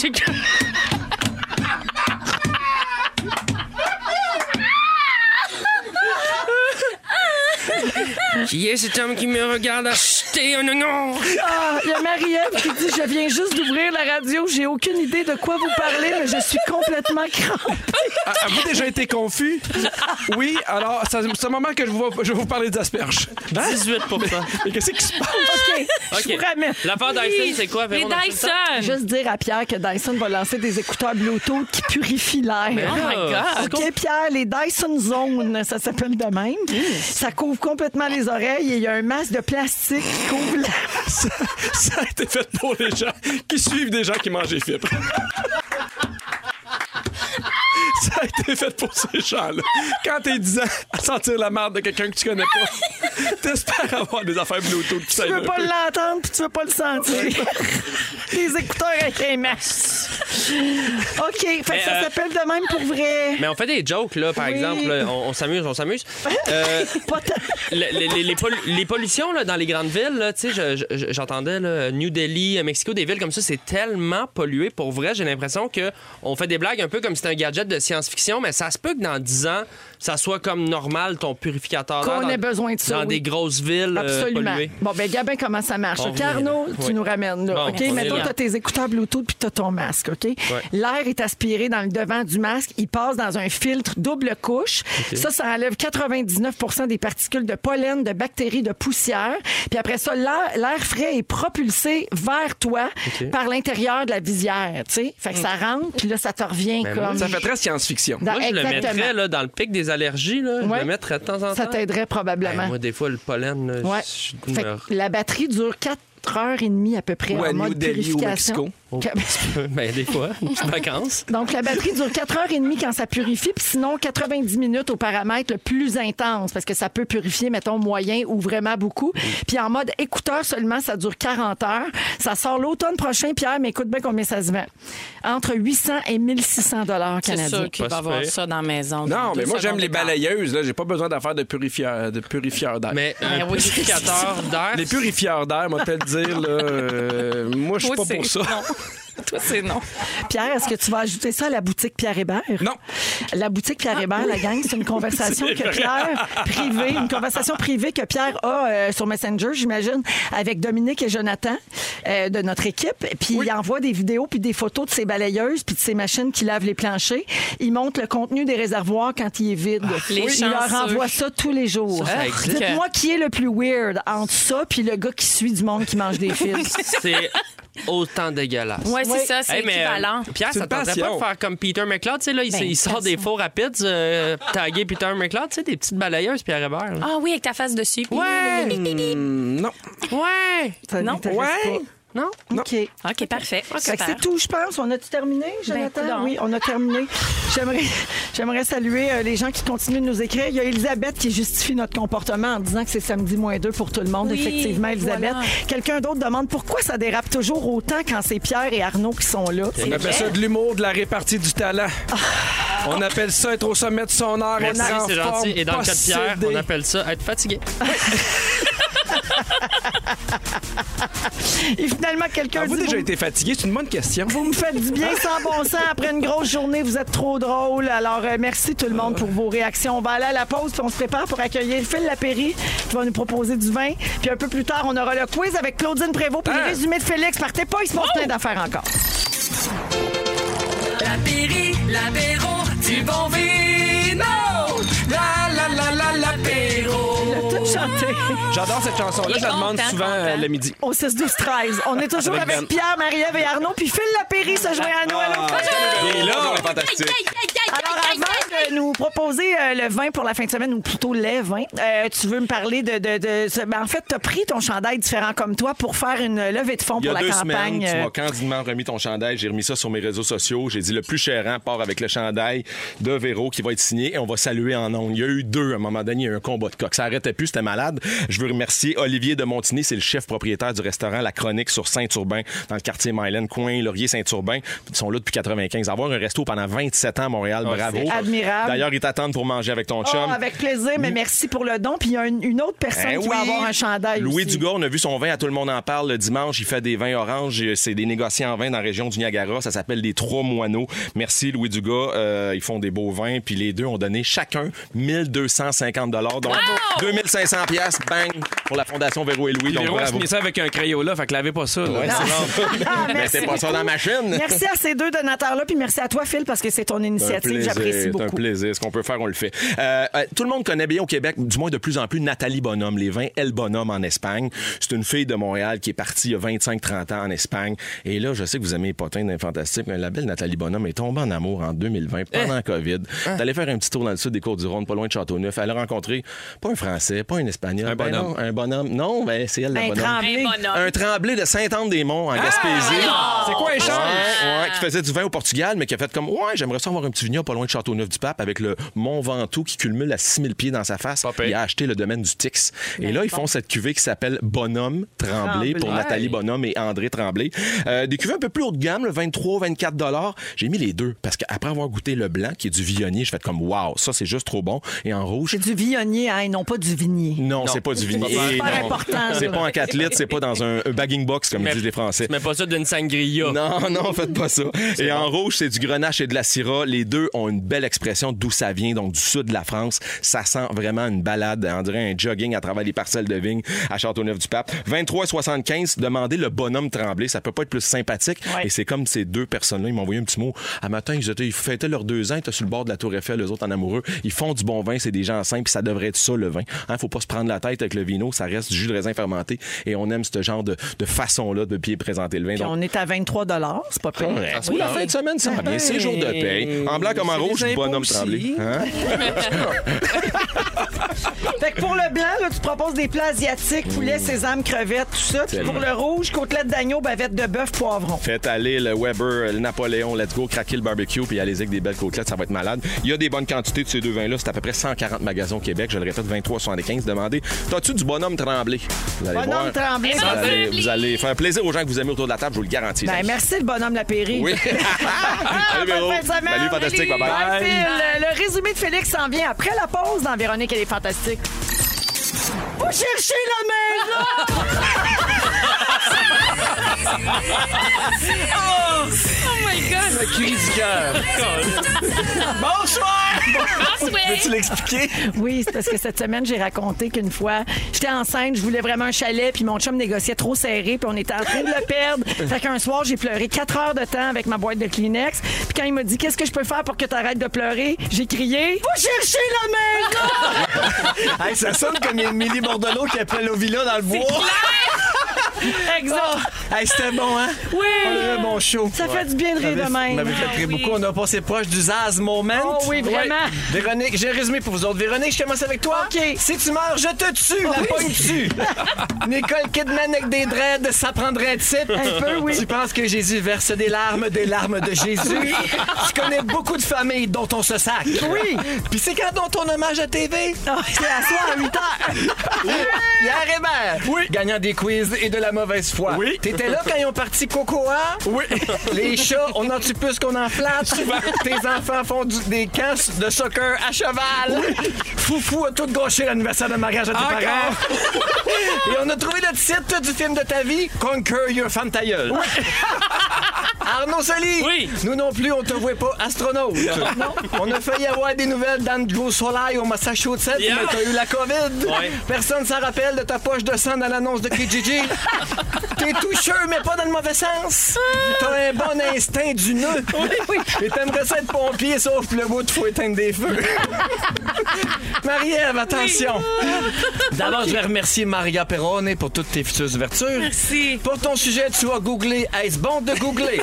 G: Qui est cet homme qui me regarde acheter un oignon?
E: Ah, il y a Marie-Ève qui dit Je viens juste d'ouvrir la radio, j'ai aucune idée de quoi vous parlez, mais je suis complètement crampée.
D: Ah, Avez-vous déjà été confus? Oui, alors, ça- c'est un moment que je, vous, je vais vous parler des asperges.
G: 18
D: Mais qu'est-ce qui se passe?
E: OK, je vous ramène.
G: L'affaire d'Aïsine, c'est quoi?
F: Les
G: Véro, dans le
F: Dyson.
E: Juste dire à Pierre que Dyson va lancer des écouteurs Bluetooth qui purifient l'air. Ah,
F: Oh my God.
E: OK, Pierre, les Dyson Zone, ça s'appelle de même. Ça couvre complètement les oreilles et il y a un masque de plastique qui couvre la...
D: Ça, ça a été fait pour les gens qui suivent des gens qui mangent des fibres. Ça a été fait pour ces gens-là. Quand t'es 10 ans à sentir la merde de quelqu'un que tu connais pas, t'espères avoir des affaires Bluetooth qui
E: Tu veux
D: t'aident un
E: pas
D: peu.
E: l'entendre puis tu veux pas le sentir. les écouteurs avec un masque. OK, fait que ça
G: euh,
E: s'appelle de même pour vrai.
G: Mais on fait des jokes, là, par
E: Oui.
G: exemple. là. on on s'amuse, on s'amuse. Euh,
E: Pas tant-
G: le- le- les, les pol- les pollutions là, dans les grandes villes, là, tu sais, je- je- j'entendais là, New Delhi, euh, Mexico, des villes comme ça, c'est tellement pollué. Pour vrai, j'ai l'impression que on fait des blagues un peu comme si c'était un gadget de science-fiction, mais ça se peut que dans 10 ans, ça soit comme normal ton purificateur d'air
E: Qu'on
G: dans-
E: ait besoin de ça,
G: Dans
E: oui.
G: des grosses villes euh,
E: Absolument.
G: polluées.
E: bon, ben Gabin, comment ça marche?
G: On
E: OK,
G: revient.
E: Arnaud, tu
G: Oui.
E: nous ramènes là.
G: Bon,
E: OK,
G: on est
E: mettons,
G: là.
E: tu as tes écouteurs Bluetooth puis tu as ton masque, OK? L'air est aspiré dans le devant du masque. Il passe dans un filtre double couche. Ça, ça enlève 99 des particules de pollen, de bactéries, de poussière. Puis après ça, l'air l'air frais est propulsé vers toi par l'intérieur de la visière, tu sais. Fait que ça rentre, puis là, ça te revient comme...
D: Ça fait très science-fiction.
E: Dans-
G: Ben Moi, je le
E: Exactement.
G: mettrais là, dans le pic des allergies. Là. Je
E: Ouais.
G: le mettrais de temps Ben, en temps.
E: Ça t'aiderait
G: Hey,
E: probablement.
G: moi, des fois, le pollen, là,
E: Ouais.
G: je- je
E: Fait
G: me-
E: que la batterie dure 4 4h30 à peu près
D: Ou à
E: en
D: New
E: mode
D: Delhi ou au
E: purification.
D: Mexico.
E: Que-
G: Ben, des fois, une petite vacance.
E: Donc, la batterie dure 4h30 quand ça purifie, puis sinon 90 minutes au paramètre le plus intense, parce que ça peut purifier, mettons, moyen ou vraiment beaucoup. Puis en mode écouteur seulement, ça dure 40 heures. Ça sort l'automne prochain, Pierre, mais écoute bien combien ça se vend. Entre 800 et 1600 dollars
F: C'est
E: canadiens.
F: sûr qu'il
G: Pas
F: va avoir
G: super.
F: ça dans la maison.
D: Non, mais
F: Deux
D: moi, j'aime
F: secondes
D: les
F: d'écart.
D: balayeuses. là. J'ai pas besoin d'affaires de purifieurs de purifieurs d'air.
G: Mais euh, un
F: Ben oui.
G: purificateur d'air.
D: Les purifieurs d'air, moi, te le dire, là, euh, moi, je suis
F: Toi,
D: pas
F: c'est
D: pour ça.
F: non. Toi, c'est non.
E: Pierre, est-ce que tu vas ajouter ça à la boutique Pierre Hébert?
D: Non.
E: La boutique Pierre Hébert, la gang, c'est une conversation que Pierre privée, une conversation privée que Pierre a euh, sur Messenger, j'imagine, avec Dominique et Jonathan euh, de notre équipe. Puis il envoie des vidéos puis des photos de ses balayeuses puis de ses machines qui lavent les planchers. Il montre le contenu des réservoirs quand il est vide.
F: les
E: il leur
F: chanceux.
E: envoie ça tous les jours.
G: Ah,
E: Euh,
G: Ça, ça existe.
E: Dites-moi qui est le plus weird entre ça puis le gars qui suit du monde qui mange des fils.
G: C'est autant dégueulasse.
F: Ouais, c'est ça, c'est
G: Hey, mais, euh,
F: équivalent. Ben,
G: Pierre,
D: C'est
G: ça
D: une
G: tenterait pas
D: passion.
G: de faire comme Peter McLeod, tu sais, là, il, il sort des faux rapides, euh, tagué Peter McLeod, tu sais, des petites balayeuses, Pierre Hébert. là.
F: Ah oui, avec ta face dessus.
G: Ouais!
D: Hum, non.
G: Ouais!
E: Ça
F: Non.
E: m'intéresse
D: Ouais.
G: Non?
E: pas. OK.
F: OK, parfait.
E: Fait que
F: Super. Ben,
E: C'est tout, je pense. On a-tu terminé, Jonathan?
F: coudonc.
E: oui, on a terminé. J'aimerais, j'aimerais saluer euh, les gens qui continuent de nous écrire. Il y a Elisabeth qui justifie notre comportement en disant que c'est samedi moins deux pour tout le monde.
F: Oui,
E: Effectivement, Elisabeth.
F: voilà.
E: Quelqu'un d'autre demande pourquoi ça dérape toujours autant quand c'est Pierre et Arnaud qui sont là.
D: On appelle ça de l'humour, de la répartie du talent.
E: Ah.
D: On appelle ça être au sommet de son art.
G: Merci,
D: être en
G: c'est gentil.
D: forme,
G: Et dans le cas de Pierre,
D: possédé.
G: on appelle ça être fatigué.
E: Et finalement, quelqu'un
D: Avez-vous
E: dit,
D: déjà
E: vous-
D: été fatigué? C'est une bonne question.
E: Vous me faites du bien sans bon sens après une grosse journée. Vous êtes trop drôle. Alors, euh, merci tout le monde pour vos réactions. On va aller à la pause puis on se prépare pour accueillir Phil Lapéry qui va nous proposer du vin. Puis un peu plus tard, on aura le quiz avec Claudine Prévost puis
D: Hein?
E: le résumé de Félix. Partez pas, il se passe
D: Oh!
E: plein d'affaires encore.
F: La Péri, l'apéro du bon vino. La la la la l'apéro.
E: Tout chanté
D: J'adore cette chanson-là.
F: Il
D: Je la demande
F: content,
D: souvent
F: content.
D: euh, le midi.
E: au 6 12 13. On est toujours
D: Avec
E: avec,
D: Ben.
E: Pierre, Marie-Ève et Arnaud puis Phil Lapéry se joint à nous. Allô, Phil!
D: Ah,
C: Et là, on est fantastique.
E: Alors, avant de nous proposer euh, le vin pour la fin de semaine, ou plutôt les vins, euh, tu veux me parler de. de, de ce- ben, en fait, tu as pris ton chandail différent comme toi pour faire une levée de fonds
C: Il y
E: pour
C: a
E: la
C: deux
E: campagne.
C: semaines, tu
E: euh,
C: m'as candidement remis ton chandail. J'ai remis ça sur mes réseaux sociaux. J'ai dit le plus cher hein, part avec le chandail de Véro qui va être signé et on va saluer en ondes. Il y a eu deux à un moment donné. Il y a eu un combat de coq. Ça arrêtait plus, c'était malade. Je veux remercier Olivier de Montigny. C'est le chef propriétaire du restaurant La Chronique sur Saint-Urbain, dans le quartier Myland, coin Laurier-Saint-Urbain. Ils sont là depuis 95. Avoir un resto pendant 27 ans à Montréal, bravo.
E: Ah, c'est admirable.
C: D'ailleurs, ils t'attendent pour manger avec ton
E: oh,
C: chum.
E: avec plaisir, mais merci pour le don. Puis il y a une, une autre personne
C: Ben
E: qui va
C: oui.
E: avoir un chandail.
C: Louis
E: aussi.
C: Dugas, on a vu son vin, à tout le monde en parle le dimanche. Il fait des vins oranges. euh, C'est des négociants en vin dans la région du Niagara. Ça s'appelle les Trois Moineaux. Merci, Louis Dugas. Euh, ils font des beaux vins. Puis les deux ont donné chacun 1250 dollars. Donc,
F: Ah,
C: 2500 pièces, bang, pour la Fondation Véro et Louis.
D: Puis
C: Donc,
D: Véro a
C: bravo.
D: signé ça avec un crayola, fait que l'avez pas ça. là.
C: Ouais, c'est bon.
E: Ah,
C: Mais
E: merci
C: c'est pas ça dans la machine.
E: Merci à ces deux donateurs-là, puis merci à toi, Phil, parce que c'est ton
C: C'est un
E: initiative.
C: plaisir,
E: J'apprécie
C: C'est un
E: beaucoup.
C: plaisir. Ce qu'on peut faire, on le fait. Euh, euh, tout le monde connaît bien au Québec, du moins de plus en plus, Nathalie Bonhomme, les vins El Bonhomme en Espagne. C'est une fille de Montréal qui est partie il y a 25-30 ans en Espagne. Et là, je sais que vous aimez les potins d'un fantastique, mais la belle Nathalie Bonhomme est tombée en amour en 2020, pendant COVID. Elle est allée faire un petit tour dans le sud des Côtes-du-Rhône, pas loin de Châteauneuf. Elle a rencontré pas un Français, pas un Espagnol.
D: Un
C: Ben
G: Ah.
D: bonhomme.
C: non, un bonhomme. Non, mais c'est elle, la
E: Un
C: bonhomme.
E: tremblé.
F: Ben,
C: Un tremblé de Saint-Anne-des-Monts en Gaspésie.
E: Ah.
D: C'est quoi les chances?
C: Ouais, ouais, qui faisait du vin au Portugal, mais qui a fait comme Ouais, j'aimerais ça avoir un petit vignoble pas loin de Châteauneuf-du-Pape avec le Mont Ventoux qui culmine à 6000 pieds dans sa face.
D: pire.
C: Il a acheté le domaine du Tix. Et là, ils font cette cuvée qui s'appelle Bonhomme Tremblay pour Nathalie Bonhomme et André Tremblay. Euh, des cuvées un peu plus haut de gamme, le 23, 24 dollars. J'ai mis les deux parce qu'après avoir goûté le blanc qui est du Viognier, je fais comme Wow, ça c'est juste trop bon. Et en rouge,
E: C'est du vignier, hein, et non pas du vignier.
C: non, c'est pas du Viognier.
E: C'est pas
C: Et Ben, non.
E: important,
C: C'est
E: là.
C: pas en 4 litres, c'est pas dans un un bagging box comme
G: Mais-
C: disent les Français.
G: Tu mets pas ça d'une sangria.
C: Non, non, faites pas ça. Et en rouge, c'est du grenache et de la syrah. Les deux ont une belle expression d'où ça vient, donc du sud de la France. Ça sent vraiment une balade, on dirait un jogging à travers les parcelles de vignes à Châteauneuf-du-Pape. 23,75, demandez le bonhomme Tremblay. Ça peut pas être plus sympathique.
E: Ouais.
C: Et c'est comme ces deux personnes-là, ils m'ont envoyé un petit mot. À matin, ils, étaient, ils fêtaient leurs deux ans, ils étaient sur le bord de la Tour Eiffel, les autres en amoureux. Ils font du bon vin, c'est des gens simples, puis ça devrait être ça, le vin. Hein, faut pas se prendre la tête avec le vino, ça reste du jus de raisin fermenté. Et on aime ce genre de, de façon-là de bien présenter le vin.
E: Puis
C: Donc,
E: on est à 23 c'est pas pire.
C: Ah,
E: hein?
C: Correct. Ou la fin de semaine, ça va bien. C'est jour de paye. En blanc comme en
D: C'est
C: rouge,
D: des impôts
C: bonhomme
D: aussi,
C: Tremblay. Hein?
E: Fait que pour le blanc, là, tu proposes des plats asiatiques,
C: Mm.
E: poulet, sésame, crevettes, tout ça. Puis pour le rouge, côtelette d'agneau, bavette de bœuf, poivron.
C: Faites aller le Weber, le Napoléon, let's go, craquer le barbecue, puis allez-y avec des belles côtelettes, ça va être malade. Il y a des bonnes quantités de ces deux vins-là. C'est à peu près 140 magasins au Québec. Je le répète, 23,75. Demandez, t'as-tu du bonhomme tremblé? Vous allez
E: Bonhomme
C: voir.
E: Tremblay.
C: Vous allez, vous allez faire plaisir aux gens que vous aimez autour de la table, je vous le garantis.
E: Ben, merci, le bonhomme Lapéry.
C: Oui. Salut, Véro.
E: bonne fin de semaine.
C: Salut, fantastique. Bye-bye.
E: Bye, Phil. Le résumé de Félix s'en vient après la pause dans Véronique et les Fantastiques. Vous cherchez la maison!
K: Peux-tu l'expliquer?
E: Oui, c'est parce que cette semaine, j'ai raconté qu'une fois, j'étais enceinte, je voulais vraiment un chalet, puis mon chum négociait trop serré, puis on était en train de le perdre. Fait qu'un soir, j'ai pleuré quatre heures de temps avec ma boîte de Kleenex. Puis quand il m'a dit, qu'est-ce que je peux faire pour que tu arrêtes de pleurer, j'ai crié, va chercher la maison!
K: Hey, ça sonne comme Émilie Bordelot qui appelle au villa dans le bois.
E: Exact.
K: Hey, c'était bon, hein?
E: Oui!
K: Un bon show.
E: Ça fait du bien de rire de
K: Vous m'avez
E: même.
K: fait rire beaucoup. On a passé proche du Zaz Moment.
E: Oh oui, vraiment.
K: Véronique, j'ai résumé pour vous autres. Véronique, je commence avec toi.
E: OK. Oh
K: Si tu meurs, je te tue. La pogne tue. Nicole Kidman avec des dreads, ça prendrait de titre.
E: Un peu, oui.
K: Tu penses que Jésus verse des larmes, des larmes de Jésus. tu connais beaucoup de familles dont on se sac.
E: Oui.
K: Puis c'est quand dont ton hommage à TV? C'est à soir à 8 heures. Pierre Hébert. Oui. Gagnant des quiz et de la mauvaise foi. Oui. T'étais là quand ils ont parti Cocoa? Oui. Les chats, on en tue plus qu'on en flatte. Tes enfants font du- des camps de soccer à cheval. Foufou a tout gâché l'anniversaire de mariage à Ah, tes parents. Et on a trouvé le titre du film de ta vie, Conquer Your Femme Ta Gueule. Arnaud Soli!
D: Oui.
K: Nous non plus, on te voit pas astronaute. On a failli avoir des nouvelles d'Andrew Soleil au Massachusetts,
D: Yeah.
K: mais t'as eu la COVID.
D: Ouais.
K: Personne s'en rappelle de ta poche de sang dans l'annonce de Kijiji. T'es toucheux, mais pas dans le mauvais sens. T'as un bon instinct du nœud. Et t'aimerais ça être pompier, sauf le bout, faut éteindre des feux. Marie-Ève, attention. D'abord, je vais remercier Maria Perrone pour toutes tes futures ouvertures.
L: Merci.
K: Pour ton sujet, tu as googlé. Est-ce bon de googler?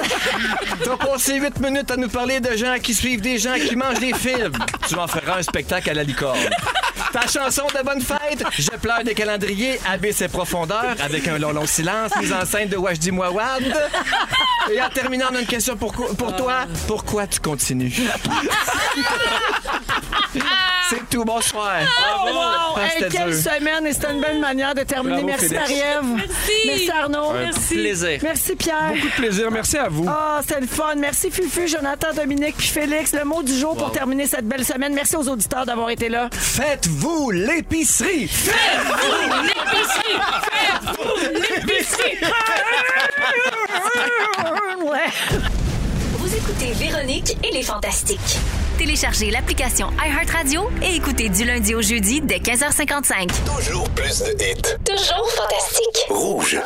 K: tu as passé 8 minutes à nous parler de gens qui suivent des gens qui mangent des films. Tu en feras un spectacle à la licorne. Ta chanson de bonne fête, Je pleure des calendriers, abaisse ses profondeurs avec un long, long silence, mise en scène de Wajdi Mouawad. Et en terminant, on a une question pour, co- pour toi. Pourquoi tu continues? C'est tout, bonsoir.
E: Oh, Wow!
K: Ah,
E: Hey,
K: c'était
E: quelle
K: dur.
E: semaine! Et c'était une bonne manière de terminer.
D: Bravo,
E: Merci,
D: Félix.
E: Marie-Ève.
L: Merci.
E: Merci, Arnaud.
K: Plaisir.
E: Merci, Pierre.
D: Beaucoup de plaisir. Merci à vous.
E: Ah, c'était le fun. Merci Fufu, Jonathan, Dominique, puis Félix. Le mot du jour pour terminer cette belle semaine. Merci aux auditeurs d'avoir été là.
K: Faites-vous l'épicerie!
D: Ah,
E: Ouais.
M: Vous écoutez Véronique et les Fantastiques.
A: Téléchargez l'application iHeartRadio et écoutez du lundi au jeudi dès 15h55.
I: Toujours plus de hits.
M: Toujours fantastique.
I: Rouge.